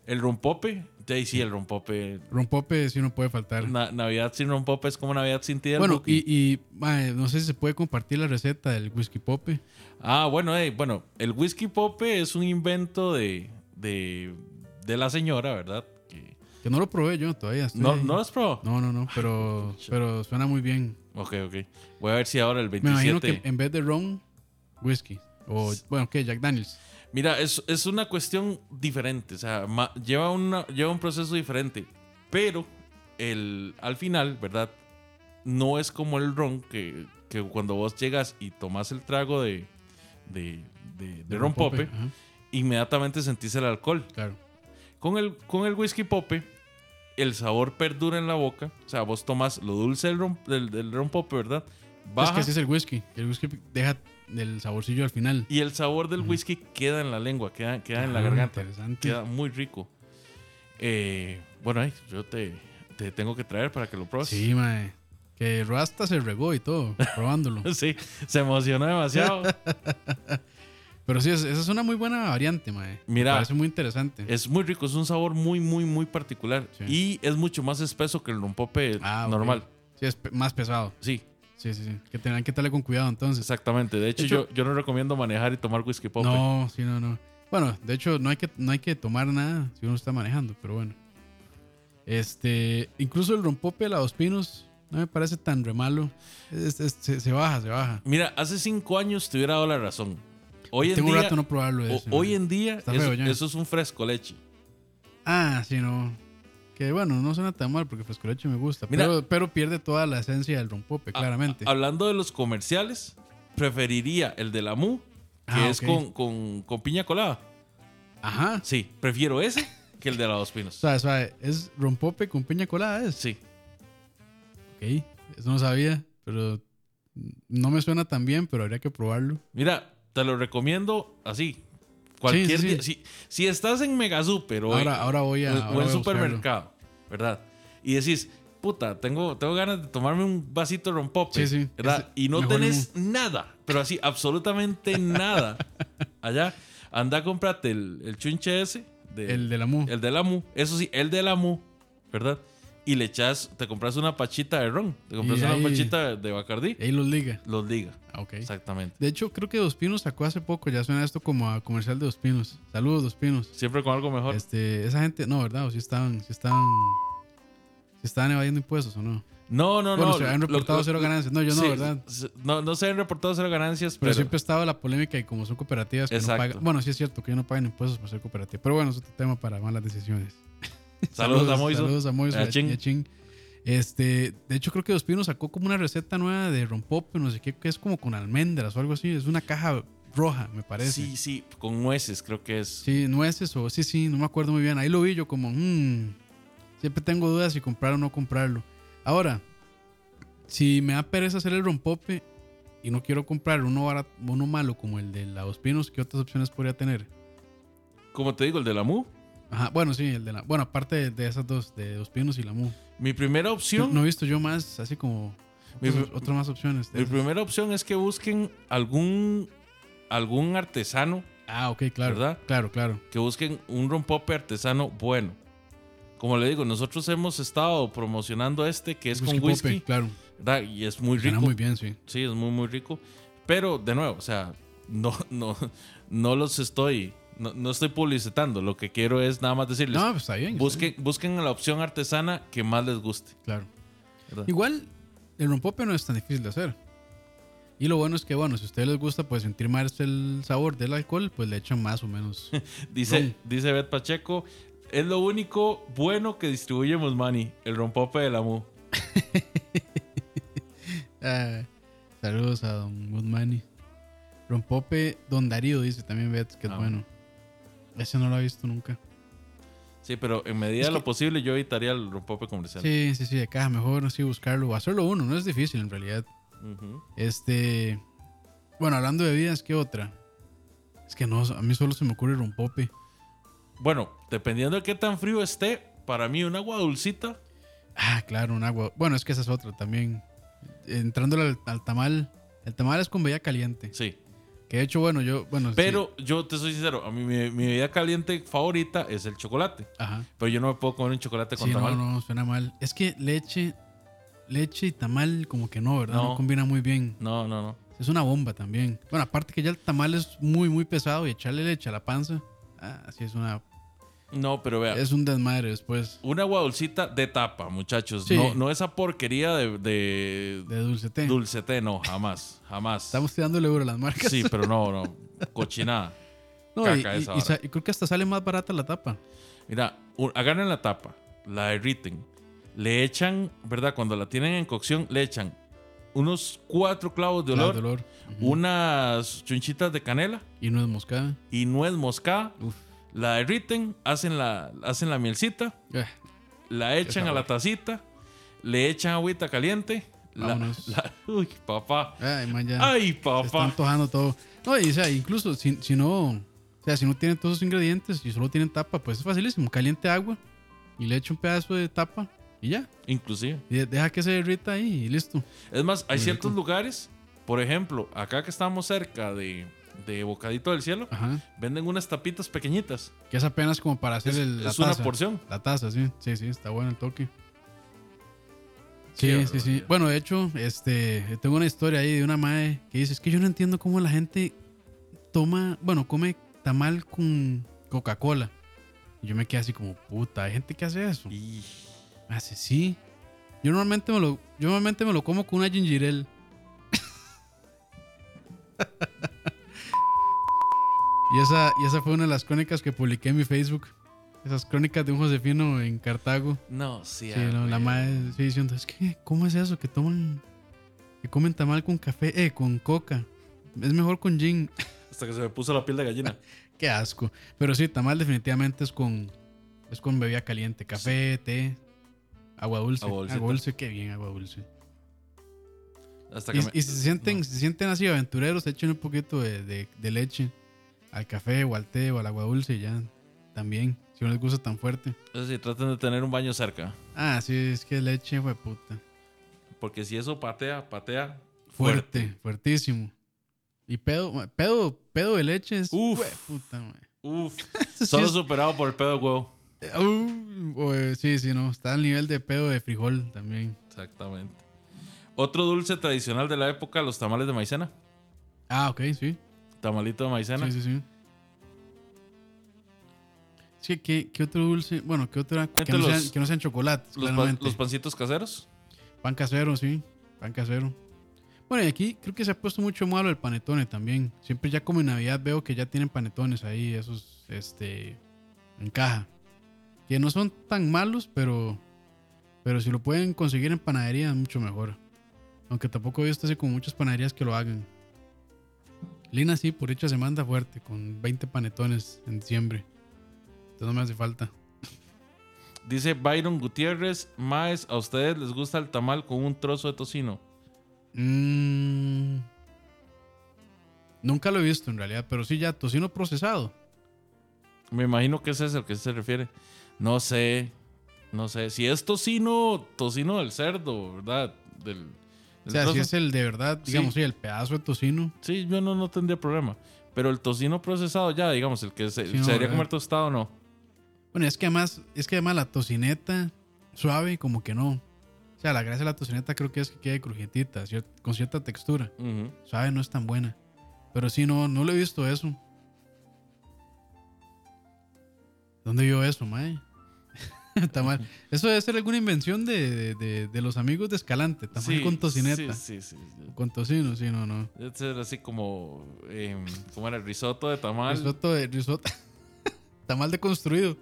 [SPEAKER 2] El rompope. De ahí sí, el rompope.
[SPEAKER 3] Rompope sí no puede faltar.
[SPEAKER 2] Na- Navidad sin rompope es como Navidad sin ti del
[SPEAKER 3] bueno,
[SPEAKER 2] Buki.
[SPEAKER 3] y, y mae, no sé si se puede compartir la receta del whisky pope.
[SPEAKER 2] Ah, bueno, eh, bueno, el whisky pope es un invento de, de, de la señora, ¿verdad? Que-
[SPEAKER 3] Que no lo probé yo todavía. estoy
[SPEAKER 2] ¿No,
[SPEAKER 3] ahí.
[SPEAKER 2] ¿No lo has probado?
[SPEAKER 3] no, no, no, pero, pero suena muy bien.
[SPEAKER 2] Ok, ok. Voy a ver si ahora el
[SPEAKER 3] Me imagino que
[SPEAKER 2] 27.
[SPEAKER 3] en vez de ron, whisky. O, bueno, ¿qué? Jack Daniels.
[SPEAKER 2] Mira, es, es una cuestión diferente. O sea, ma- lleva, una, lleva un proceso diferente. Pero el, al final, ¿verdad? No es como el ron que, que cuando vos llegas y tomas el trago de, de, de, de ron pope,
[SPEAKER 3] Ajá,
[SPEAKER 2] inmediatamente sentís el alcohol.
[SPEAKER 3] claro.
[SPEAKER 2] Con el, con el whisky pope, el sabor perdura en la boca. O sea, vos tomas lo dulce del ron, del, del ron pope, ¿verdad? Baja.
[SPEAKER 3] Es que así es el whisky. El whisky deja el saborcillo al final.
[SPEAKER 2] Y el sabor del whisky queda en la lengua, queda, queda en la
[SPEAKER 3] Ah,
[SPEAKER 2] garganta.
[SPEAKER 3] interesante.
[SPEAKER 2] Queda muy rico. Eh, bueno, ahí, yo te, te tengo que traer para que lo pruebes.
[SPEAKER 3] Sí, mae. Que Rasta se regó y todo, probándolo.
[SPEAKER 2] Sí, se emocionó demasiado.
[SPEAKER 3] Pero sí, es- esa es una muy buena variante, mae. Me
[SPEAKER 2] Mira.
[SPEAKER 3] Parece muy interesante.
[SPEAKER 2] es muy rico, es un sabor muy, muy, muy particular.
[SPEAKER 3] Sí.
[SPEAKER 2] Y es mucho más espeso que el rompope
[SPEAKER 3] Ah, ok.
[SPEAKER 2] normal.
[SPEAKER 3] Sí, es pe- más pesado.
[SPEAKER 2] Sí,
[SPEAKER 3] Sí, sí, sí. Que tengan que darle con cuidado entonces.
[SPEAKER 2] exactamente. De hecho,
[SPEAKER 3] hecho-
[SPEAKER 2] yo, yo no recomiendo manejar y tomar whisky pope.
[SPEAKER 3] No, sí, no, no. Bueno, de hecho, no hay que, no hay que tomar nada si uno está manejando, pero bueno. Este, incluso el rompope de la dos pinos no me parece tan re malo. Es- es- se, se baja, se baja.
[SPEAKER 2] Mira, hace cinco años te hubiera dado la razón. Hoy en
[SPEAKER 3] Tengo
[SPEAKER 2] día,
[SPEAKER 3] un rato no probarlo.
[SPEAKER 2] o-
[SPEAKER 3] ese,
[SPEAKER 2] hoy
[SPEAKER 3] mae.
[SPEAKER 2] en día
[SPEAKER 3] Está
[SPEAKER 2] eso,
[SPEAKER 3] feo ya.
[SPEAKER 2] eso es un fresco leche.
[SPEAKER 3] Ah, sí, no. Que bueno, no suena tan mal porque fresco leche me gusta.
[SPEAKER 2] Mira. Ah,
[SPEAKER 3] pero, pero pierde toda la esencia del rompope, claramente.
[SPEAKER 2] A- hablando de los comerciales, preferiría el de la MU, que
[SPEAKER 3] Ah,
[SPEAKER 2] es
[SPEAKER 3] ok.
[SPEAKER 2] con, con- con piña colada. ah.
[SPEAKER 3] Ajá.
[SPEAKER 2] Sí, prefiero ese que el de la Dos Pinos.
[SPEAKER 3] Suave, suave. Es rompope con piña colada, ¿es?
[SPEAKER 2] Sí.
[SPEAKER 3] Ok. Eso no sabía, pero no me suena tan bien, pero habría que probarlo.
[SPEAKER 2] Mira, te lo recomiendo así. Cualquier
[SPEAKER 3] sí, sí.
[SPEAKER 2] día. Si, si estás en Mega Super o,
[SPEAKER 3] Ahora, ahora voy
[SPEAKER 2] en-
[SPEAKER 3] a.
[SPEAKER 2] o
[SPEAKER 3] ahora voy
[SPEAKER 2] en
[SPEAKER 3] a
[SPEAKER 2] supermercado, ¿verdad? Y decís, puta, tengo, tengo ganas de tomarme un vasito de rompope.
[SPEAKER 3] Sí, sí.
[SPEAKER 2] ¿verdad?
[SPEAKER 3] Ese-
[SPEAKER 2] y no
[SPEAKER 3] mejor
[SPEAKER 2] tenés nada, pero así, absolutamente nada. Allá, anda, cómprate el, el chunche ese.
[SPEAKER 3] buscarlo.
[SPEAKER 2] de-
[SPEAKER 3] El de la mu.
[SPEAKER 2] El del AMU, eso sí, el del AMU, ¿verdad? Y le echas, te compras una pachita de ron, te compras
[SPEAKER 3] Y
[SPEAKER 2] una
[SPEAKER 3] ahí-
[SPEAKER 2] pachita de Bacardí,
[SPEAKER 3] Ahí los liga.
[SPEAKER 2] los liga,
[SPEAKER 3] Ah, Ok.
[SPEAKER 2] exactamente.
[SPEAKER 3] De hecho, creo que Dos Pinos sacó hace poco. Ya suena esto como a comercial de Dos Pinos. Saludos, Dos Pinos.
[SPEAKER 2] Siempre con algo mejor.
[SPEAKER 3] Este, esa gente, no, ¿verdad? O si estaban, si estaban, si estaban evadiendo impuestos o no.
[SPEAKER 2] No, no,
[SPEAKER 3] bueno,
[SPEAKER 2] no.
[SPEAKER 3] se han
[SPEAKER 2] lo-
[SPEAKER 3] reportado
[SPEAKER 2] lo-
[SPEAKER 3] cero ganancias. No, yo no,
[SPEAKER 2] sí,
[SPEAKER 3] ¿verdad?
[SPEAKER 2] se- No, no se han reportado cero ganancias,
[SPEAKER 3] Pero,
[SPEAKER 2] pero,
[SPEAKER 3] siempre ha estado la polémica y como son cooperativas que no
[SPEAKER 2] Exacto.
[SPEAKER 3] pagan. Bueno, sí es cierto que ya no pagan impuestos por ser cooperativa. Pero bueno, es otro tema para malas decisiones.
[SPEAKER 2] saludos a Moiso.
[SPEAKER 3] Saludos a Moiso.
[SPEAKER 2] A
[SPEAKER 3] y a
[SPEAKER 2] Chin.
[SPEAKER 3] Chin, y a Chin. Este, de hecho, creo que Dos Pinos sacó como una receta nueva de rompope, no sé qué, que es como con almendras o algo así. Es una caja roja, me parece.
[SPEAKER 2] Sí, sí, con nueces creo que es.
[SPEAKER 3] Sí, nueces o sí, sí, no me acuerdo muy bien. Ahí lo vi yo como, "Mm, siempre tengo dudas si comprar o no comprarlo. Ahora, si me da pereza hacer el rompope y no quiero comprar uno, barato, uno malo como el de la Dos Pinos, ¿qué otras opciones podría tener?
[SPEAKER 2] Como te digo, el del AMU.
[SPEAKER 3] Ajá, bueno, sí, el de la... Bueno, aparte de, de esas dos, de Dos Pinos y la MU.
[SPEAKER 2] Mi primera
[SPEAKER 3] No,
[SPEAKER 2] opción,
[SPEAKER 3] no he visto yo más, así como...
[SPEAKER 2] Mi-
[SPEAKER 3] Otras, otras más opciones. de
[SPEAKER 2] mi
[SPEAKER 3] esas.
[SPEAKER 2] primera opción es que busquen algún, algún artesano
[SPEAKER 3] Ah, ok, claro.
[SPEAKER 2] ¿Verdad?
[SPEAKER 3] Claro, claro.
[SPEAKER 2] que busquen un rompope artesano bueno. Como le digo, nosotros hemos estado promocionando este que es con
[SPEAKER 3] Pope,
[SPEAKER 2] whisky,
[SPEAKER 3] claro.
[SPEAKER 2] ¿verdad? Y es muy
[SPEAKER 3] Suena
[SPEAKER 2] rico.
[SPEAKER 3] muy bien, sí.
[SPEAKER 2] Sí, es muy, muy rico. Pero, de nuevo, o sea, no, no, no los estoy, no, no estoy publicitando. Lo que quiero es nada más decirles,
[SPEAKER 3] No, pues está bien. está
[SPEAKER 2] busquen, busquen la opción artesana que más les guste.
[SPEAKER 3] bien, Claro.
[SPEAKER 2] ¿verdad?
[SPEAKER 3] Igual, el rompope no es tan difícil de hacer. Y lo bueno es que, bueno, si a ustedes les gusta pues sentir más el sabor del alcohol, pues le echan más o menos.
[SPEAKER 2] Dice,
[SPEAKER 3] Ron.
[SPEAKER 2] dice Beth Pacheco, es lo único bueno que distribuye Musmani, el rompope de la MU.
[SPEAKER 3] Ah, saludos a Don Guzmani. Rompope Don Darío dice también, Bets, que es
[SPEAKER 2] Ah.
[SPEAKER 3] bueno. Ese no lo ha visto nunca.
[SPEAKER 2] Sí, pero en medida
[SPEAKER 3] Es
[SPEAKER 2] de lo
[SPEAKER 3] que-
[SPEAKER 2] posible yo evitaría el rompope comercial.
[SPEAKER 3] Sí, sí, sí, de caja, mejor así buscarlo o hacerlo uno, no es difícil en realidad.
[SPEAKER 2] Ujú.
[SPEAKER 3] Este. Bueno, hablando de bebidas, ¿qué otra? Es que no, a mí solo se me ocurre rompope.
[SPEAKER 2] Bueno, dependiendo de qué tan frío esté, para mí un agua dulcita.
[SPEAKER 3] Ah, claro, un agua. Bueno, es que esa es otra también. Entrando al, al tamal. El tamal es con bebida caliente.
[SPEAKER 2] Sí.
[SPEAKER 3] Que de hecho, bueno, yo. Bueno, sí.
[SPEAKER 2] Pero yo te soy sincero, a mí mi, mi bebida caliente favorita es el chocolate.
[SPEAKER 3] Ajá.
[SPEAKER 2] Pero yo no me puedo comer un chocolate con
[SPEAKER 3] Sí, no,
[SPEAKER 2] tamal.
[SPEAKER 3] no, suena mal. Es que leche. Leche y tamal, como que no, ¿verdad? No,
[SPEAKER 2] No.
[SPEAKER 3] combina muy bien.
[SPEAKER 2] no, no, no.
[SPEAKER 3] Es una bomba también. Bueno, aparte que ya el tamal es muy, muy pesado y echarle leche a la panza. Ah, sí, es una.
[SPEAKER 2] No, pero vea.
[SPEAKER 3] Es un desmadre después
[SPEAKER 2] Una agua dulcita de tapa, muchachos.
[SPEAKER 3] Sí.
[SPEAKER 2] No, no esa porquería de, de,
[SPEAKER 3] de dulce té.
[SPEAKER 2] dulce té, no, jamás, jamás.
[SPEAKER 3] Estamos tirándole duro a las marcas.
[SPEAKER 2] Sí, pero no, no. Cochinada.
[SPEAKER 3] No, y,
[SPEAKER 2] caca
[SPEAKER 3] y-
[SPEAKER 2] esa
[SPEAKER 3] y sa-
[SPEAKER 2] vara.
[SPEAKER 3] y creo que hasta sale más barata la tapa.
[SPEAKER 2] Mira, u- agarran la tapa, la derriten, le echan, ¿verdad? Cuando la tienen en cocción, le echan unos cuatro clavos de
[SPEAKER 3] Claro,
[SPEAKER 2] olor,
[SPEAKER 3] de olor. Ujú.
[SPEAKER 2] unas chunchitas de canela
[SPEAKER 3] Y no es moscada.
[SPEAKER 2] y nuez moscada.
[SPEAKER 3] Uf.
[SPEAKER 2] La derriten, hacen la, hacen la mielcita,
[SPEAKER 3] Eh,
[SPEAKER 2] la echan a la tacita, le echan agüita caliente. La,
[SPEAKER 3] Vámonos.
[SPEAKER 2] la- uy, papá.
[SPEAKER 3] Ay, man, ya.
[SPEAKER 2] Ay,
[SPEAKER 3] se está
[SPEAKER 2] papá.
[SPEAKER 3] antojando todo. No, y o sea, incluso si, si no. O sea, si no tienen todos esos ingredientes y solo tienen tapa, pues es facilísimo. Caliente agua y le echo un pedazo de tapa y ya.
[SPEAKER 2] Inclusive.
[SPEAKER 3] Y de- deja que se derrita ahí y listo.
[SPEAKER 2] Es más, hay
[SPEAKER 3] Muy
[SPEAKER 2] ciertos
[SPEAKER 3] rico.
[SPEAKER 2] lugares, por ejemplo, acá que estamos cerca de, de Bocadito del Cielo,
[SPEAKER 3] Ajá.
[SPEAKER 2] venden unas tapitas pequeñitas.
[SPEAKER 3] Que es apenas como para hacer
[SPEAKER 2] Es,
[SPEAKER 3] el, la
[SPEAKER 2] es una
[SPEAKER 3] taza.
[SPEAKER 2] porción.
[SPEAKER 3] La taza, sí. Sí, sí, está bueno el toque.
[SPEAKER 2] Qué
[SPEAKER 3] Sí, sí, sí.
[SPEAKER 2] barbaridad.
[SPEAKER 3] Bueno, de hecho, este, tengo una historia ahí de una madre que dice, es que yo no entiendo cómo la gente toma, bueno, come tamal con Coca-Cola. Y yo me quedé así como, puta, hay gente que hace eso.
[SPEAKER 2] Y
[SPEAKER 3] Me hace, Ah, sí. Yo normalmente me lo, yo normalmente me lo como con una ginger ale". y, esa, y esa fue una de las crónicas que publiqué en mi Facebook. Esas crónicas de un Josefino en Cartago.
[SPEAKER 2] no, sí.
[SPEAKER 3] Sí, no, la madre sí, diciendo, es que, ¿cómo es eso? Que toman, que comen tamal con café, eh, con coca. Es mejor con gin.
[SPEAKER 2] Hasta que se me puso la piel de gallina.
[SPEAKER 3] Qué asco. Pero sí, tamal definitivamente es con, es con bebida caliente. Café, té, agua dulce.
[SPEAKER 2] Agua
[SPEAKER 3] Agua
[SPEAKER 2] dulcita.
[SPEAKER 3] dulce, qué bien, agua dulce.
[SPEAKER 2] Hasta que
[SPEAKER 3] Y,
[SPEAKER 2] me-
[SPEAKER 3] y si se sienten,
[SPEAKER 2] no.
[SPEAKER 3] si se sienten así aventureros, echen un poquito de, de- de leche al café o al té o al agua dulce y ya. También, si no les gusta tan fuerte.
[SPEAKER 2] Eso sí, traten de tener un baño cerca.
[SPEAKER 3] Ah, sí, es que leche, fue puta.
[SPEAKER 2] Porque si eso patea, patea.
[SPEAKER 3] Fuerte, fuertísimo. Y pedo, ma- pedo, pedo de leche es.
[SPEAKER 2] Uf.
[SPEAKER 3] Puta, ma.
[SPEAKER 2] Uf.
[SPEAKER 3] Eso sí
[SPEAKER 2] Solo
[SPEAKER 3] es-
[SPEAKER 2] superado por el pedo de huevo.
[SPEAKER 3] Uh, o, eh, sí, sí, no. Está al nivel de pedo de frijol también.
[SPEAKER 2] Exactamente. Otro dulce tradicional de la época, los tamales de maicena.
[SPEAKER 3] Ah, ok, sí.
[SPEAKER 2] Tamalito de maicena.
[SPEAKER 3] Sí, sí, sí. Es que, ¿qué, qué otro dulce? Bueno, ¿qué otra? Que no,
[SPEAKER 2] Los-
[SPEAKER 3] sean, que no sean chocolates,
[SPEAKER 2] Los, pa-
[SPEAKER 3] claramente.
[SPEAKER 2] los pancitos caseros.
[SPEAKER 3] Pan casero, sí. Pan casero. Bueno, y aquí creo que se ha puesto mucho malo el panetone también. Siempre ya como en Navidad veo que ya tienen panetones ahí, esos, este, en caja. Que no son tan malos, pero, pero si lo pueden conseguir en panadería, mucho mejor. Aunque tampoco he visto así como muchas panaderías que lo hagan. Lina sí, por hecha se manda fuerte, con 20 panetones en diciembre. Entonces no me hace falta.
[SPEAKER 2] Dice Byron Gutiérrez, Maes, ¿a ustedes les gusta el tamal con un trozo de tocino?
[SPEAKER 3] Mm, nunca lo he visto en realidad, pero sí ya tocino procesado.
[SPEAKER 2] Me imagino que ese es al que se refiere. No sé, no sé. Si es tocino, tocino del cerdo, ¿verdad? Del, del
[SPEAKER 3] O sea,
[SPEAKER 2] trozo.
[SPEAKER 3] si es el de verdad, digamos, sí, el pedazo de tocino.
[SPEAKER 2] Sí, yo no, no tendría problema. Pero el tocino procesado ya, digamos, el que se,
[SPEAKER 3] Sí,
[SPEAKER 2] se
[SPEAKER 3] no, eh.
[SPEAKER 2] debería
[SPEAKER 3] ¿verdad?
[SPEAKER 2] comer tostado, no.
[SPEAKER 3] Bueno, es que además, es que además la tocineta suave, como que no. O sea, la gracia de la tocineta creo que es que quede crujientita, cier- con cierta textura.
[SPEAKER 2] Ujú.
[SPEAKER 3] Suave no es tan buena. Pero sí, no, no lo he visto eso. ¿Dónde vio eso, mae? Está mal. Eso debe ser alguna invención de, de- de- de los amigos de Escalante. Tamal
[SPEAKER 2] Sí,
[SPEAKER 3] con tocineta.
[SPEAKER 2] Sí, sí, sí.
[SPEAKER 3] Con tocino, sí, no, no.
[SPEAKER 2] Este era así como, em, ¿cómo era? Risotto de tamal.
[SPEAKER 3] Risotto de risotto. Tamal deconstruido.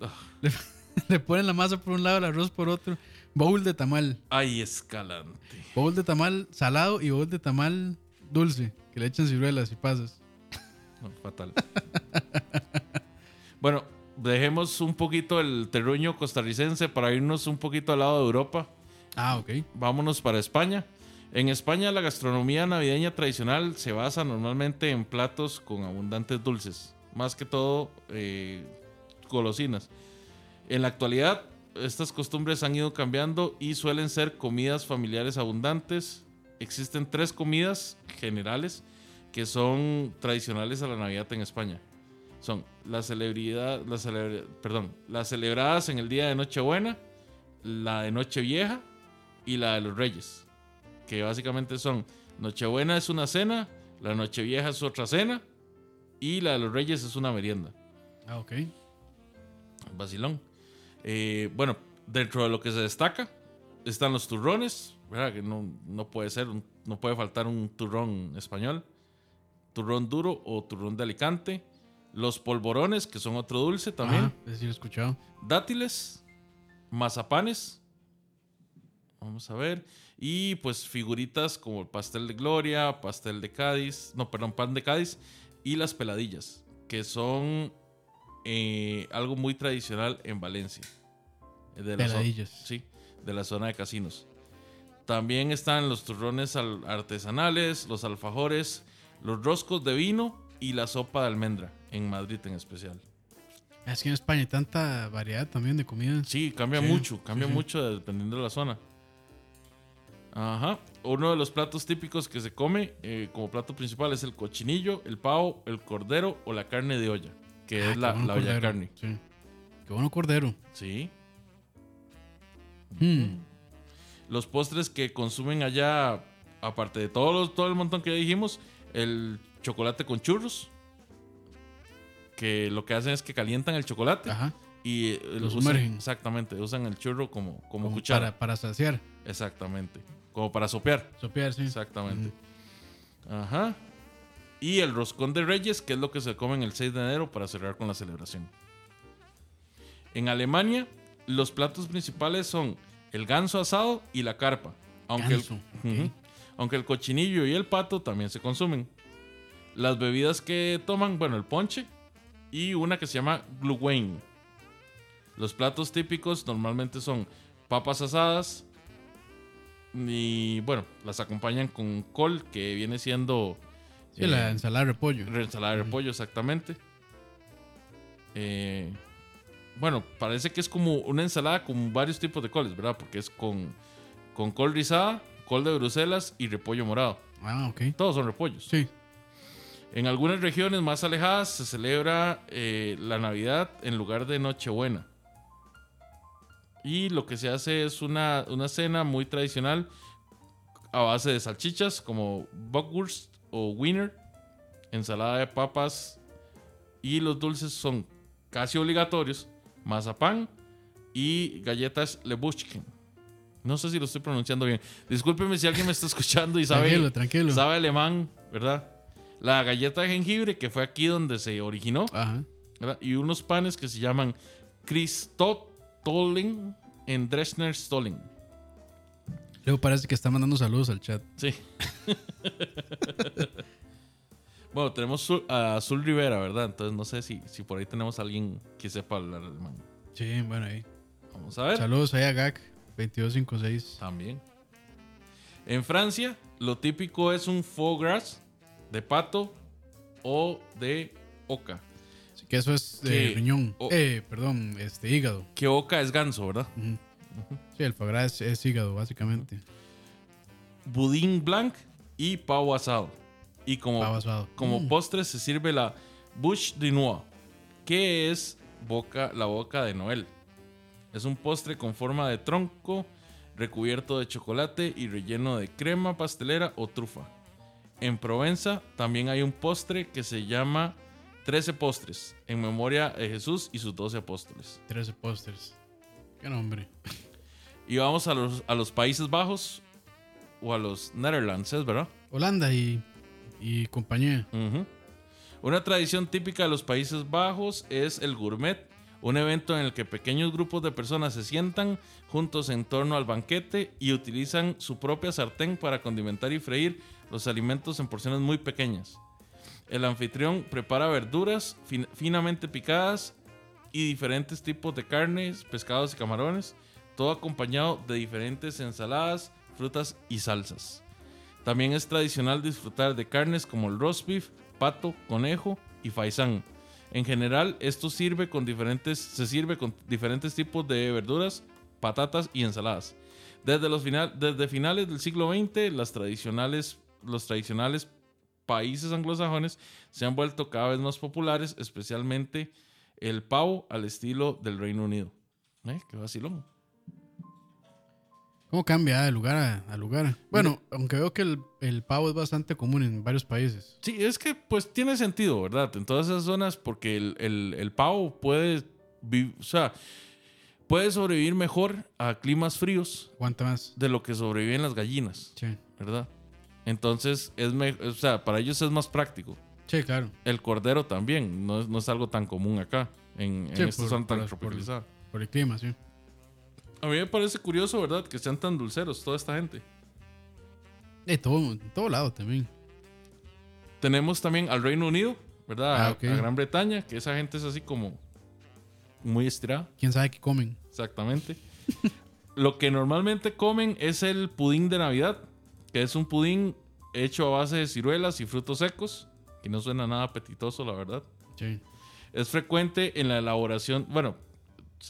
[SPEAKER 2] Ah.
[SPEAKER 3] Le, le ponen la masa por un lado, el arroz por otro. Bowl de tamal.
[SPEAKER 2] Ay, escalante.
[SPEAKER 3] Bowl de tamal salado y bowl de tamal dulce. Que le echan ciruelas y pasas.
[SPEAKER 2] No, fatal. bueno, dejemos un poquito el terruño costarricense para irnos un poquito al lado de Europa.
[SPEAKER 3] Ah, ok.
[SPEAKER 2] Vámonos para España. En España la gastronomía navideña tradicional se basa normalmente en platos con abundantes dulces, más que todo eh, golosinas. En la actualidad estas costumbres han ido cambiando y suelen ser comidas familiares abundantes. Existen tres comidas generales que son tradicionales a la Navidad en España. Son la celebridad, la celebre- perdón, las celebradas en el día de Nochebuena, la de Nochevieja y la de los Reyes, que básicamente son Nochebuena es una cena, la Nochevieja es otra cena y la de los Reyes es una merienda.
[SPEAKER 3] Ah, ok.
[SPEAKER 2] Vacilón. Eh, bueno, dentro de lo que se destaca están los turrones, ¿verdad? Que no, no puede ser, un- no puede faltar un turrón español. Turrón duro o turrón de Alicante. Los polvorones, que son otro dulce también.
[SPEAKER 3] Ajá, es decir, escuchado.
[SPEAKER 2] Dátiles, mazapanes. Vamos a ver. Y pues figuritas como el pastel de Gloria, pastel de Cádiz, no, perdón, pan de Cádiz y las peladillas, que son eh, algo muy tradicional en Valencia. eh, De la zo-
[SPEAKER 3] Peladillas.
[SPEAKER 2] sí, de la zona de casinos. También están los turrones al- artesanales, los alfajores, los roscos de vino y la sopa de almendra, en Madrid en especial.
[SPEAKER 3] Es que en España hay tanta variedad también de comida.
[SPEAKER 2] Sí, cambia
[SPEAKER 3] Sí,
[SPEAKER 2] mucho, cambia
[SPEAKER 3] sí, sí.
[SPEAKER 2] mucho dependiendo de la zona. Ajá. Uno de los platos típicos que se come eh, como plato principal es el cochinillo, el pavo, el cordero o la carne de olla, que
[SPEAKER 3] Ah,
[SPEAKER 2] es
[SPEAKER 3] qué
[SPEAKER 2] la,
[SPEAKER 3] bueno
[SPEAKER 2] la olla de
[SPEAKER 3] cordero,
[SPEAKER 2] carne.
[SPEAKER 3] Sí. Qué bueno cordero.
[SPEAKER 2] Sí.
[SPEAKER 3] Mm,
[SPEAKER 2] Los postres que consumen allá, aparte de todos los- todo el montón que ya dijimos, el chocolate con churros, que lo que hacen es que calientan el chocolate
[SPEAKER 3] Ajá.
[SPEAKER 2] y eh, lo
[SPEAKER 3] Lo
[SPEAKER 2] usan-
[SPEAKER 3] sumergen.
[SPEAKER 2] Exactamente, usan el churro como, como,
[SPEAKER 3] Como
[SPEAKER 2] cuchara.
[SPEAKER 3] Para, para saciar.
[SPEAKER 2] Exactamente. Como para sopear.
[SPEAKER 3] Sopear, sí.
[SPEAKER 2] Exactamente. Ajá. Y el roscón de Reyes, que es lo que se come en el 6 de enero para cerrar con la celebración. En Alemania, los platos principales son el ganso asado y la carpa. Aunque,
[SPEAKER 3] Ganso,
[SPEAKER 2] el, Ujú. aunque el cochinillo y el pato también se consumen. Las bebidas que toman, bueno, el ponche y una que se llama Gluwein. Los platos típicos normalmente son papas asadas, y bueno, las acompañan con col, que viene siendo
[SPEAKER 3] Sí, la
[SPEAKER 2] eh,
[SPEAKER 3] ensalada de repollo.
[SPEAKER 2] re- ensalada de repollo, exactamente. Eh, bueno, parece que es como una ensalada con varios tipos de coles, ¿verdad? Porque es con, con col rizada, col de Bruselas y repollo morado.
[SPEAKER 3] Ah, ok.
[SPEAKER 2] Todos son repollos.
[SPEAKER 3] Sí.
[SPEAKER 2] En algunas regiones más alejadas se celebra eh, la Navidad en lugar de Nochebuena. Y lo que se hace es una, una cena muy tradicional a base de salchichas como bockwurst o wiener, ensalada de papas y los dulces son casi obligatorios, mazapán y galletas Lebushkin. No sé si lo estoy pronunciando bien. Discúlpeme si alguien me está escuchando y sabe
[SPEAKER 3] Tranquilo, tranquilo.
[SPEAKER 2] sabe alemán, ¿verdad? La galleta de jengibre, que fue aquí donde se originó,
[SPEAKER 3] Ajá.
[SPEAKER 2] ¿verdad? Y unos panes que se llaman Christotollen en Dresdner Stollen.
[SPEAKER 3] Luego parece que está mandando saludos al chat.
[SPEAKER 2] Sí. bueno, tenemos Sul- a Azul Rivera, ¿verdad? Entonces no sé si, si por ahí tenemos a alguien que sepa hablar alemán.
[SPEAKER 3] Sí, bueno, ahí.
[SPEAKER 2] Vamos a ver.
[SPEAKER 3] Saludos ahí a GAC 2256.
[SPEAKER 2] También. En Francia, lo típico es un foie gras de pato o de oca.
[SPEAKER 3] Así que eso es de
[SPEAKER 2] Que-
[SPEAKER 3] riñón.
[SPEAKER 2] o-
[SPEAKER 3] Eh, perdón, este hígado.
[SPEAKER 2] Que oca es ganso, ¿verdad?
[SPEAKER 3] Ujú. Sí, el foie gras es, es hígado, básicamente.
[SPEAKER 2] budín blanc y pavo asado. Y como,
[SPEAKER 3] Pavo asado.
[SPEAKER 2] como
[SPEAKER 3] Mm.
[SPEAKER 2] postre se sirve la bouche de noix, que es boca, la boca de Noel. Es un postre con forma de tronco, recubierto de chocolate y relleno de crema pastelera o trufa. En Provenza también hay un postre que se llama 13 postres, en memoria de Jesús y sus 12 apóstoles.
[SPEAKER 3] 13 pósters. Qué nombre.
[SPEAKER 2] Y vamos a los, a los Países Bajos o a los Netherlands, ¿es verdad?
[SPEAKER 3] Holanda y, y compañía.
[SPEAKER 2] Ujú. Una tradición típica de los Países Bajos es el gourmet, un evento en el que pequeños grupos de personas se sientan juntos en torno al banquete y utilizan su propia sartén para condimentar y freír los alimentos en porciones muy pequeñas. El anfitrión prepara verduras fin- finamente picadas y diferentes tipos de carnes, pescados y camarones, todo acompañado de diferentes ensaladas, frutas y salsas. También es tradicional disfrutar de carnes como el roast beef, pato, conejo y faisán. En general, esto sirve con diferentes, se sirve con diferentes tipos de verduras, patatas y ensaladas. Desde, los final, desde finales del siglo XX, las tradicionales, los tradicionales países anglosajones se han vuelto cada vez más populares, especialmente el pavo al estilo del Reino Unido. ¿Eh? ¡Qué vacilón!
[SPEAKER 3] ¿Cómo cambia ah, de lugar a, a lugar? Bueno, aunque veo que el, el pavo es bastante común en varios países.
[SPEAKER 2] Sí, es que pues tiene sentido, ¿verdad? En todas esas zonas, porque el, el- el pavo puede, vi- o sea, puede sobrevivir mejor a climas fríos
[SPEAKER 3] Aguanta más.
[SPEAKER 2] de lo que sobreviven las gallinas,
[SPEAKER 3] Che,
[SPEAKER 2] ¿verdad? Entonces, es me- o sea, para ellos es más práctico.
[SPEAKER 3] che, claro.
[SPEAKER 2] El cordero también, no es, no es algo tan común acá, en, en
[SPEAKER 3] Sí,
[SPEAKER 2] esta
[SPEAKER 3] por-
[SPEAKER 2] zona tan
[SPEAKER 3] por-
[SPEAKER 2] tropicalizada.
[SPEAKER 3] Por el clima, sí.
[SPEAKER 2] A mí me parece curioso, ¿verdad? Que sean tan dulceros toda esta gente.
[SPEAKER 3] De todo, en todo lado también.
[SPEAKER 2] Tenemos también al Reino Unido, ¿verdad? A-
[SPEAKER 3] Ah, ok.
[SPEAKER 2] a Gran Bretaña, que esa gente es así como muy estirada.
[SPEAKER 3] ¿Quién sabe qué comen?
[SPEAKER 2] Exactamente. Lo que normalmente comen es el pudín de Navidad, que es un pudín hecho a base de ciruelas y frutos secos, que no suena nada apetitoso, la verdad.
[SPEAKER 3] Che.
[SPEAKER 2] Es frecuente en la elaboración, bueno,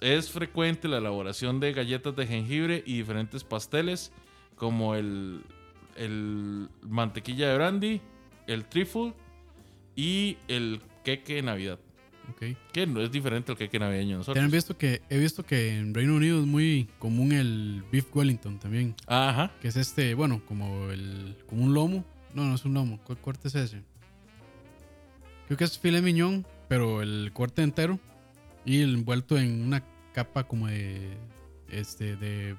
[SPEAKER 2] es frecuente la elaboración de galletas de jengibre y diferentes pasteles, como el, el mantequilla de brandy, el trifle y el queque de Navidad,
[SPEAKER 3] Ok.
[SPEAKER 2] que no es diferente al queque navideño de nosotros.
[SPEAKER 3] ¿Te han visto que, he visto que en Reino Unido es muy común el beef Wellington también.
[SPEAKER 2] Ajá.
[SPEAKER 3] Que es este, bueno, como el como un lomo. No, no es un lomo. ¿Cuál corte es ese? Creo que es filet miñón, pero el corte entero y el envuelto en una capa como de este de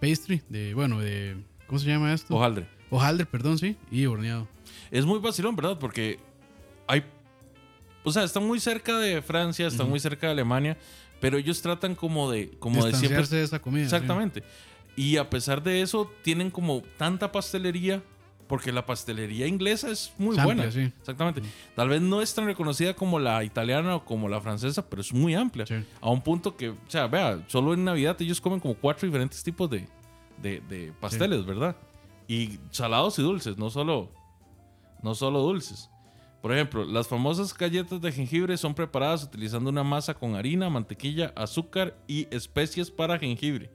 [SPEAKER 3] pastry, de bueno, de ¿cómo se llama esto?
[SPEAKER 2] Hojaldre.
[SPEAKER 3] Hojaldre, perdón, sí, y horneado.
[SPEAKER 2] Es muy vacilón, ¿verdad? Porque hay. O sea, están muy cerca de Francia, están
[SPEAKER 3] Ujú.
[SPEAKER 2] muy cerca de Alemania, pero ellos tratan como de. Como de
[SPEAKER 3] Distanciarse
[SPEAKER 2] siempre.
[SPEAKER 3] de esa comida. sí.
[SPEAKER 2] Exactamente. Y a pesar de eso, tienen como tanta pastelería, porque la pastelería inglesa es muy
[SPEAKER 3] Es amplia,
[SPEAKER 2] buena.
[SPEAKER 3] sí.
[SPEAKER 2] Exactamente.
[SPEAKER 3] Ujú.
[SPEAKER 2] Tal vez no es tan reconocida como la italiana o como la francesa, pero es muy amplia.
[SPEAKER 3] Sí.
[SPEAKER 2] A un punto que, o sea, vea, solo en Navidad ellos comen como cuatro diferentes tipos de, de- de pasteles, ¿verdad? Y salados y dulces, no solo, no solo dulces. Por ejemplo, las famosas galletas de jengibre son preparadas utilizando una masa con harina, mantequilla, azúcar y especies para jengibre.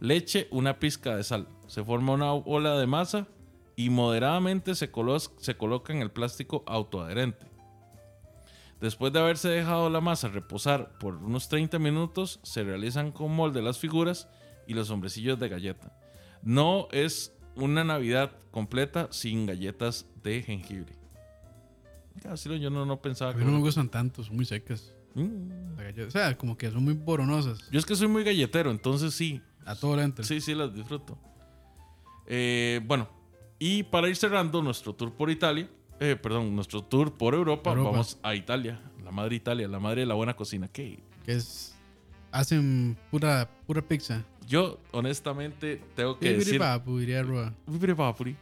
[SPEAKER 2] Leche, una pizca de sal. Se forma una ola de masa y moderadamente se, colos- se coloca en el plástico autoadherente. Después de haberse dejado la masa reposar por unos 30 minutos, se realizan con molde las figuras y los hombrecillos de galleta. No es una Navidad completa sin galletas de jengibre. Ya, sí, yo no, no pensaba
[SPEAKER 3] A
[SPEAKER 2] que...
[SPEAKER 3] mí no me gustan tanto, son muy secas.
[SPEAKER 2] Mm.
[SPEAKER 3] las galletas. O sea, como que son muy boronosas.
[SPEAKER 2] Yo es que soy muy galletero, entonces sí,
[SPEAKER 3] A todo le entra.
[SPEAKER 2] Sí, sí, las disfruto. Eh, bueno, y para ir cerrando nuestro tour por Italia, eh, perdón, nuestro tour por Europa,
[SPEAKER 3] Europa.
[SPEAKER 2] vamos a Italia, la madre Italia, la madre de la buena cocina. Que
[SPEAKER 3] Que es. Hacen pura, pura pizza.
[SPEAKER 2] yo, honestamente, tengo que
[SPEAKER 3] Bibiri
[SPEAKER 2] decir.
[SPEAKER 3] papu, diría Roa.
[SPEAKER 2] Bibiri papuri.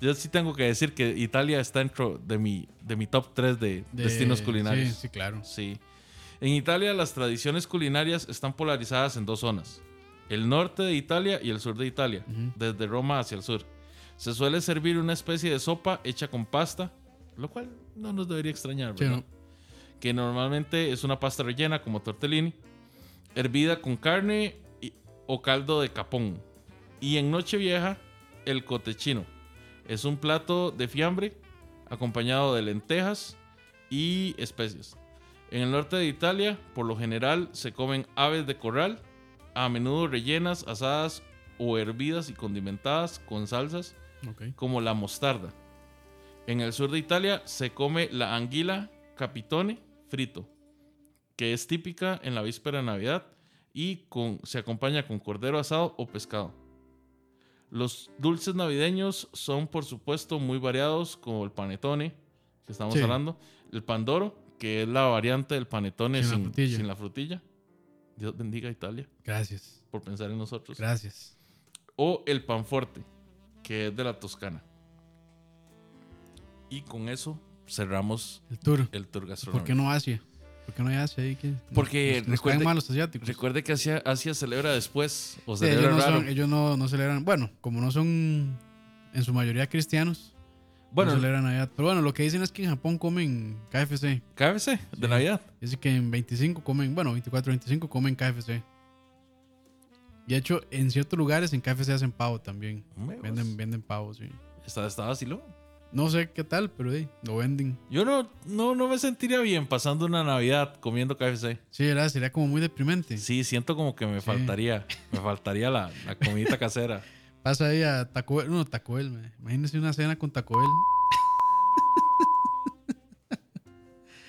[SPEAKER 2] Yo sí tengo que decir que Italia está dentro de mi, de mi top 3 de,
[SPEAKER 3] De-
[SPEAKER 2] destinos culinarios.
[SPEAKER 3] Sí, sí, claro.
[SPEAKER 2] Sí. En Italia las tradiciones culinarias están polarizadas en dos zonas, el norte de Italia y el sur de Italia,
[SPEAKER 3] Ujú.
[SPEAKER 2] desde Roma hacia el sur. Se suele servir una especie de sopa hecha con pasta, lo cual no nos debería extrañar,
[SPEAKER 3] Sí,
[SPEAKER 2] ¿verdad?
[SPEAKER 3] no.
[SPEAKER 2] que normalmente es una pasta rellena como tortellini, hervida con carne y- o caldo de capón. Y en Nochevieja, el cotechino. Es un plato de fiambre acompañado de lentejas y especias. En el norte de Italia, por lo general, se comen aves de corral, a menudo rellenas, asadas o hervidas y condimentadas con salsas
[SPEAKER 3] Ok.
[SPEAKER 2] como la mostarda. En el sur de Italia se come la anguila capitone frito, que es típica en la víspera de Navidad y con- se acompaña con cordero asado o pescado. Los dulces navideños son por supuesto muy variados, como el panetone, que estamos
[SPEAKER 3] Sí.
[SPEAKER 2] hablando, el pandoro, que es la variante del panetone
[SPEAKER 3] Sin la
[SPEAKER 2] sin,
[SPEAKER 3] frutilla.
[SPEAKER 2] sin la frutilla. Dios bendiga a Italia
[SPEAKER 3] Gracias.
[SPEAKER 2] por pensar en nosotros
[SPEAKER 3] Gracias.
[SPEAKER 2] o el panforte, que es de la Toscana. Y con eso cerramos
[SPEAKER 3] El tour.
[SPEAKER 2] el tour
[SPEAKER 3] ¿Por
[SPEAKER 2] gastronómico.
[SPEAKER 3] qué no Asia? ¿Por qué no hay Asia ahí? que-
[SPEAKER 2] Porque
[SPEAKER 3] nos, nos
[SPEAKER 2] recuerde-
[SPEAKER 3] caen mal los asiáticos.
[SPEAKER 2] Recuerde que Asia, Asia celebra después o
[SPEAKER 3] Sí,
[SPEAKER 2] celebra
[SPEAKER 3] ellos, no
[SPEAKER 2] raro.
[SPEAKER 3] son, ellos no, no celebran. Bueno, como no son en su mayoría cristianos. Bueno,
[SPEAKER 2] Bueno,
[SPEAKER 3] celebran Navidad. Pero bueno, lo que dicen es que en Japón comen KFC.
[SPEAKER 2] KFC de
[SPEAKER 3] Sí.
[SPEAKER 2] Navidad.
[SPEAKER 3] Dice que en 25 comen, bueno, 24, 25 comen KFC. Y de hecho, en ciertos lugares en KFC hacen pavo también.
[SPEAKER 2] Hombre, pues,
[SPEAKER 3] Venden, venden pavo, sí.
[SPEAKER 2] Está, está vacilón.
[SPEAKER 3] No sé qué tal, pero hey, lo venden.
[SPEAKER 2] Yo no, no, no me sentiría bien pasando una Navidad comiendo KFC.
[SPEAKER 3] Sí, ¿verdad? Sería como muy deprimente.
[SPEAKER 2] Sí, siento como que me
[SPEAKER 3] Sí.
[SPEAKER 2] faltaría. Me faltaría la, la comidita casera.
[SPEAKER 3] Pasa ahí a Taco Bell. No, Taco Bell, mae. Imagínense una cena con Taco Bell.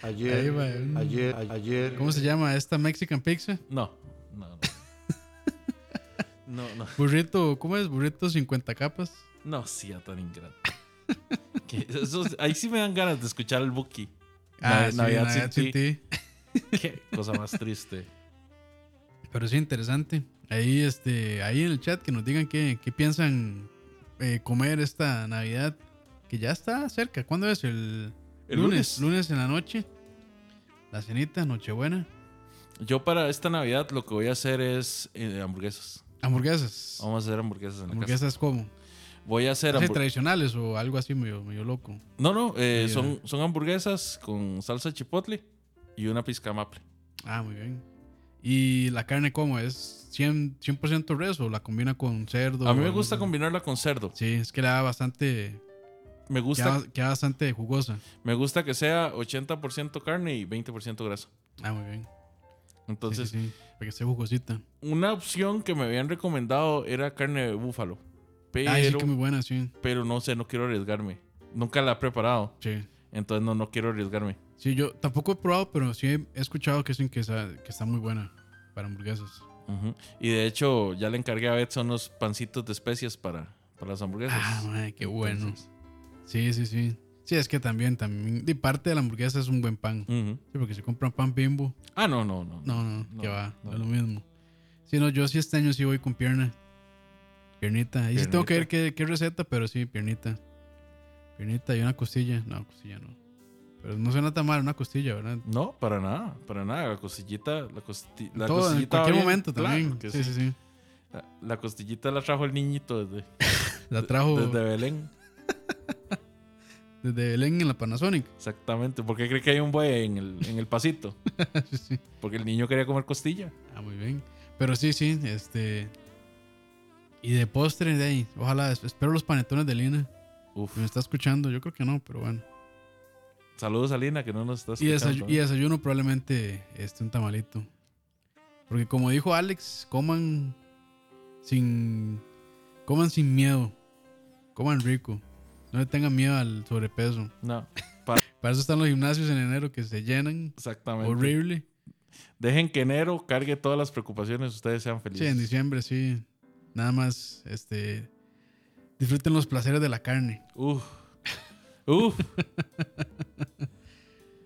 [SPEAKER 3] Ahí
[SPEAKER 4] ayer,
[SPEAKER 3] va, un-
[SPEAKER 4] ayer, a- ayer.
[SPEAKER 3] ¿Cómo se llama? Esta Mexican Pizza.
[SPEAKER 2] No, no, no. No, no.
[SPEAKER 3] Burrito, ¿cómo es? Burrito 50 capas.
[SPEAKER 2] No, sí, ya tan ingrato. Que eso- ahí sí me dan ganas de escuchar el Buki.
[SPEAKER 3] Ah,
[SPEAKER 2] Nav-
[SPEAKER 3] sí,
[SPEAKER 2] Navidad sin ti.
[SPEAKER 3] ti.
[SPEAKER 2] Qué cosa más triste.
[SPEAKER 3] Pero sí, interesante. Ahí, este, ahí en el chat que nos digan qué, qué piensan eh, comer esta Navidad, que ya está cerca. ¿Cuándo es? El,
[SPEAKER 2] El lunes.
[SPEAKER 3] lunes. Lunes en la noche. La cenita, Nochebuena.
[SPEAKER 2] Yo para esta Navidad lo que voy a hacer es eh, hamburguesas.
[SPEAKER 3] Hamburguesas.
[SPEAKER 2] Vamos a hacer hamburguesas Oh, en la casa.
[SPEAKER 3] Hamburguesas Ah, como.
[SPEAKER 2] Voy a hacer
[SPEAKER 3] Así
[SPEAKER 2] hamburguesas.
[SPEAKER 3] tradicionales o algo así medio, medio loco.
[SPEAKER 2] No, no, eh,
[SPEAKER 3] Sí,
[SPEAKER 2] son, son hamburguesas con salsa chipotle y una pizca de maple.
[SPEAKER 3] Ah, muy bien. ¿Y la carne cómo? ¿Es 100%, 100 res o la combina con cerdo?
[SPEAKER 2] A mí
[SPEAKER 3] o
[SPEAKER 2] me
[SPEAKER 3] algo
[SPEAKER 2] gusta
[SPEAKER 3] así?
[SPEAKER 2] combinarla con cerdo.
[SPEAKER 3] Sí, es que le da bastante.
[SPEAKER 2] Me gusta,
[SPEAKER 3] Queda, queda bastante jugosa.
[SPEAKER 2] me gusta que sea 80% carne y 20% grasa.
[SPEAKER 3] Ah, muy bien. Sí,
[SPEAKER 2] Entonces,
[SPEAKER 3] sí, sí, para que esté jugosita.
[SPEAKER 2] una opción que me habían recomendado era carne de búfalo. Pero,
[SPEAKER 3] Ah, sí, que muy buena, sí.
[SPEAKER 2] pero no sé, no quiero arriesgarme. Nunca la he preparado.
[SPEAKER 3] Sí.
[SPEAKER 2] Entonces, no, no quiero arriesgarme.
[SPEAKER 3] Sí, yo tampoco he probado, pero sí he he escuchado que dicen que, esa- que está muy buena para hamburguesas.
[SPEAKER 2] Ujú. Y de hecho, ya le encargué a Edson unos pancitos de especias para, para las hamburguesas.
[SPEAKER 3] Ah, man, qué bueno.
[SPEAKER 2] Entonces,
[SPEAKER 3] Sí, sí, sí. Sí, es que también, también. De parte de la hamburguesa es un buen pan.
[SPEAKER 2] ujú.
[SPEAKER 3] Sí, porque si compran pan bimbo.
[SPEAKER 2] Ah, no, no, no.
[SPEAKER 3] No, no,
[SPEAKER 2] No,
[SPEAKER 3] que va,
[SPEAKER 2] no,
[SPEAKER 3] no es lo
[SPEAKER 2] no.
[SPEAKER 3] mismo. Sí, no, yo sí este año sí voy con pierna. Piernita. Ahí sí tengo que ver qué, qué receta, pero sí, piernita. Piernita y una costilla. No, costilla no. Pero no suena tan mal una costilla, ¿verdad?
[SPEAKER 2] No, para nada, para nada. La costillita, la, costi- la
[SPEAKER 3] Todo, en
[SPEAKER 2] costillita. va
[SPEAKER 3] cualquier
[SPEAKER 2] bien,
[SPEAKER 3] momento
[SPEAKER 2] claro
[SPEAKER 3] también.
[SPEAKER 2] que
[SPEAKER 3] sí,
[SPEAKER 2] sí.
[SPEAKER 3] sí, sí.
[SPEAKER 2] La, la costillita la trajo el niñito desde,
[SPEAKER 3] La trajo
[SPEAKER 2] desde
[SPEAKER 3] desde,
[SPEAKER 2] Belén.
[SPEAKER 3] Belén en la Panasonic.
[SPEAKER 2] Exactamente. Porque cree que hay un buey en el, en el pasito.
[SPEAKER 3] sí, sí.
[SPEAKER 2] Porque el niño quería comer costilla.
[SPEAKER 3] Ah, muy bien. Pero sí, sí, este. Y de postre de ahí. Ojalá, es- espero los panetones de Lina.
[SPEAKER 2] Uf.
[SPEAKER 3] Me está escuchando, yo creo que no, pero bueno.
[SPEAKER 2] Saludos a Lina, que no nos está
[SPEAKER 3] Y, desayu-
[SPEAKER 2] escuchando. ¿eh?
[SPEAKER 3] y desayuno probablemente este, un tamalito. Porque como dijo Alex, coman sin coman sin miedo. Coman rico. No le tengan miedo al sobrepeso.
[SPEAKER 2] No,
[SPEAKER 3] Para eso están los gimnasios en enero que se llenan.
[SPEAKER 2] exactamente.
[SPEAKER 3] Horrible.
[SPEAKER 2] Dejen que enero cargue todas las preocupaciones. Ustedes sean
[SPEAKER 3] Sí, en
[SPEAKER 2] felices.
[SPEAKER 3] diciembre sí. Nada más este disfruten los placeres de la carne.
[SPEAKER 2] Uf. Uf.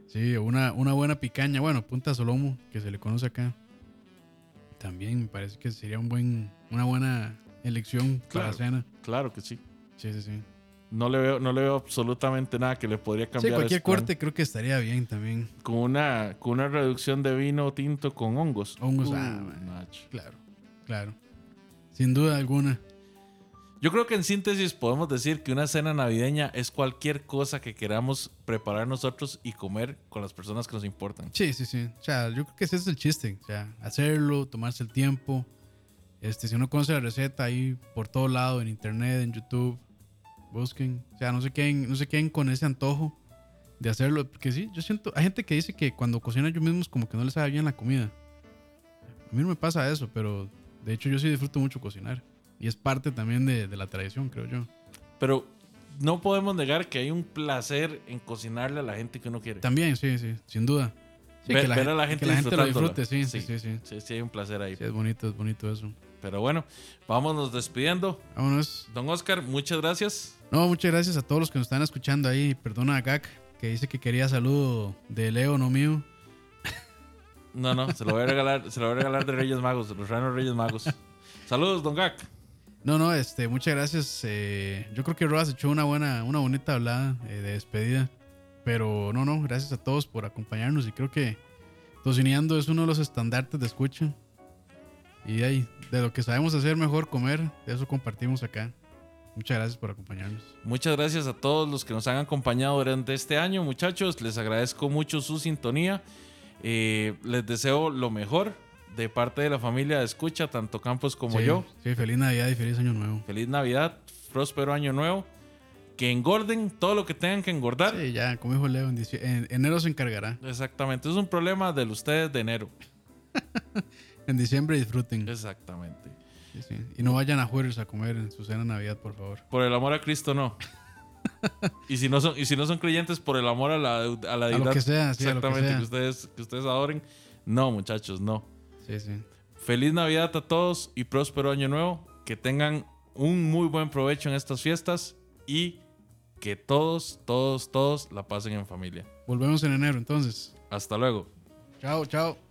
[SPEAKER 3] Sí, una, una buena picaña, bueno, punta solomo, que se le conoce acá. También me parece que sería un buen una buena elección para
[SPEAKER 2] Claro.
[SPEAKER 3] cena.
[SPEAKER 2] Claro que sí.
[SPEAKER 3] Sí, sí, sí.
[SPEAKER 2] No le veo, no le veo absolutamente nada que le podría cambiar.
[SPEAKER 3] sí,
[SPEAKER 2] a
[SPEAKER 3] cualquier
[SPEAKER 2] ese plan.
[SPEAKER 3] corte creo que estaría bien también.
[SPEAKER 2] Con una, con una reducción de vino tinto con hongos.
[SPEAKER 3] Hongos, ah, man.
[SPEAKER 2] macho.
[SPEAKER 3] Claro, claro. Sin duda alguna.
[SPEAKER 2] Yo creo que en síntesis podemos decir que una cena navideña es cualquier cosa que queramos preparar nosotros y comer con las personas que nos importan.
[SPEAKER 3] Sí, sí, sí. O sea, yo creo que ese es el chiste. O sea, hacerlo, tomarse el tiempo. Este, si uno conoce la receta ahí por todo lado, en internet, en YouTube, busquen. O sea, no se queden, no se queden con ese antojo de hacerlo. Porque sí, yo siento, hay gente que dice que cuando cocina yo mismo es como que no le sabe bien la comida. A mí no me pasa eso, pero de hecho yo sí disfruto mucho cocinar. Y es parte también de, de la tradición, creo yo.
[SPEAKER 2] Pero no podemos negar que hay un placer en cocinarle a la gente que uno quiere.
[SPEAKER 3] También, sí, sí, sin duda. Sí,
[SPEAKER 2] Ver-
[SPEAKER 3] que la
[SPEAKER 2] ver
[SPEAKER 3] gen-
[SPEAKER 2] a la
[SPEAKER 3] que
[SPEAKER 2] gente
[SPEAKER 3] la gente lo
[SPEAKER 2] disfrutándola.
[SPEAKER 3] disfrute, sí, sí, sí,
[SPEAKER 2] Sí.
[SPEAKER 3] sí.
[SPEAKER 2] Sí, sí, hay un placer ahí.
[SPEAKER 3] Sí, es bonito, es bonito eso.
[SPEAKER 2] Pero bueno, vámonos despidiendo.
[SPEAKER 3] Vámonos.
[SPEAKER 2] Don Oscar, muchas gracias.
[SPEAKER 3] No, muchas gracias a todos los que nos están escuchando ahí. Perdona a Gak, que dice que quería saludo de Leo, no mío.
[SPEAKER 2] No, no, se lo voy a regalar, se lo voy a regalar de Reyes Magos, de los Ranos Reyes Magos. Saludos, Don Gak.
[SPEAKER 3] No, no, este, muchas gracias. eh, yo creo que Rodas echó una buena, una bonita hablada eh, de despedida. Pero no, no, gracias a todos por acompañarnos. Y creo que Tocineando es uno de los estandartes de escucha. Y de ahí, de lo que sabemos hacer mejor comer, de eso compartimos acá. Muchas gracias por acompañarnos.
[SPEAKER 2] Muchas gracias a todos los que nos han acompañado durante este año, muchachos. Les agradezco mucho su sintonía. Eh, les deseo lo mejor de parte de la familia de Escucha, tanto Campos como
[SPEAKER 3] Sí,
[SPEAKER 2] yo.
[SPEAKER 3] Sí, feliz Navidad y feliz Año Nuevo.
[SPEAKER 2] Feliz Navidad, próspero año nuevo. Que engorden todo lo que tengan que engordar.
[SPEAKER 3] Sí, ya, como dijo Leo, en, dicie- en enero se encargará.
[SPEAKER 2] Exactamente, es un problema de ustedes de enero.
[SPEAKER 3] En diciembre disfruten.
[SPEAKER 2] Exactamente.
[SPEAKER 3] Sí, sí. Y no vayan a Hooters a comer en su cena de Navidad, por favor.
[SPEAKER 2] Por el amor a Cristo, no. y, si no son, y si no son creyentes, por el amor a la, deud- a la
[SPEAKER 3] A lo
[SPEAKER 2] deidad
[SPEAKER 3] que sea, sí, a lo que
[SPEAKER 2] exactamente,
[SPEAKER 3] sea.
[SPEAKER 2] que, ustedes, que ustedes adoren. No, muchachos, no.
[SPEAKER 3] Sí, sí.
[SPEAKER 2] Feliz Navidad a todos y próspero año nuevo. Que tengan un muy buen provecho en estas fiestas y que todos, todos, todos la pasen en familia.
[SPEAKER 3] Volvemos en enero, entonces.
[SPEAKER 2] Hasta luego.
[SPEAKER 3] Chao, chao.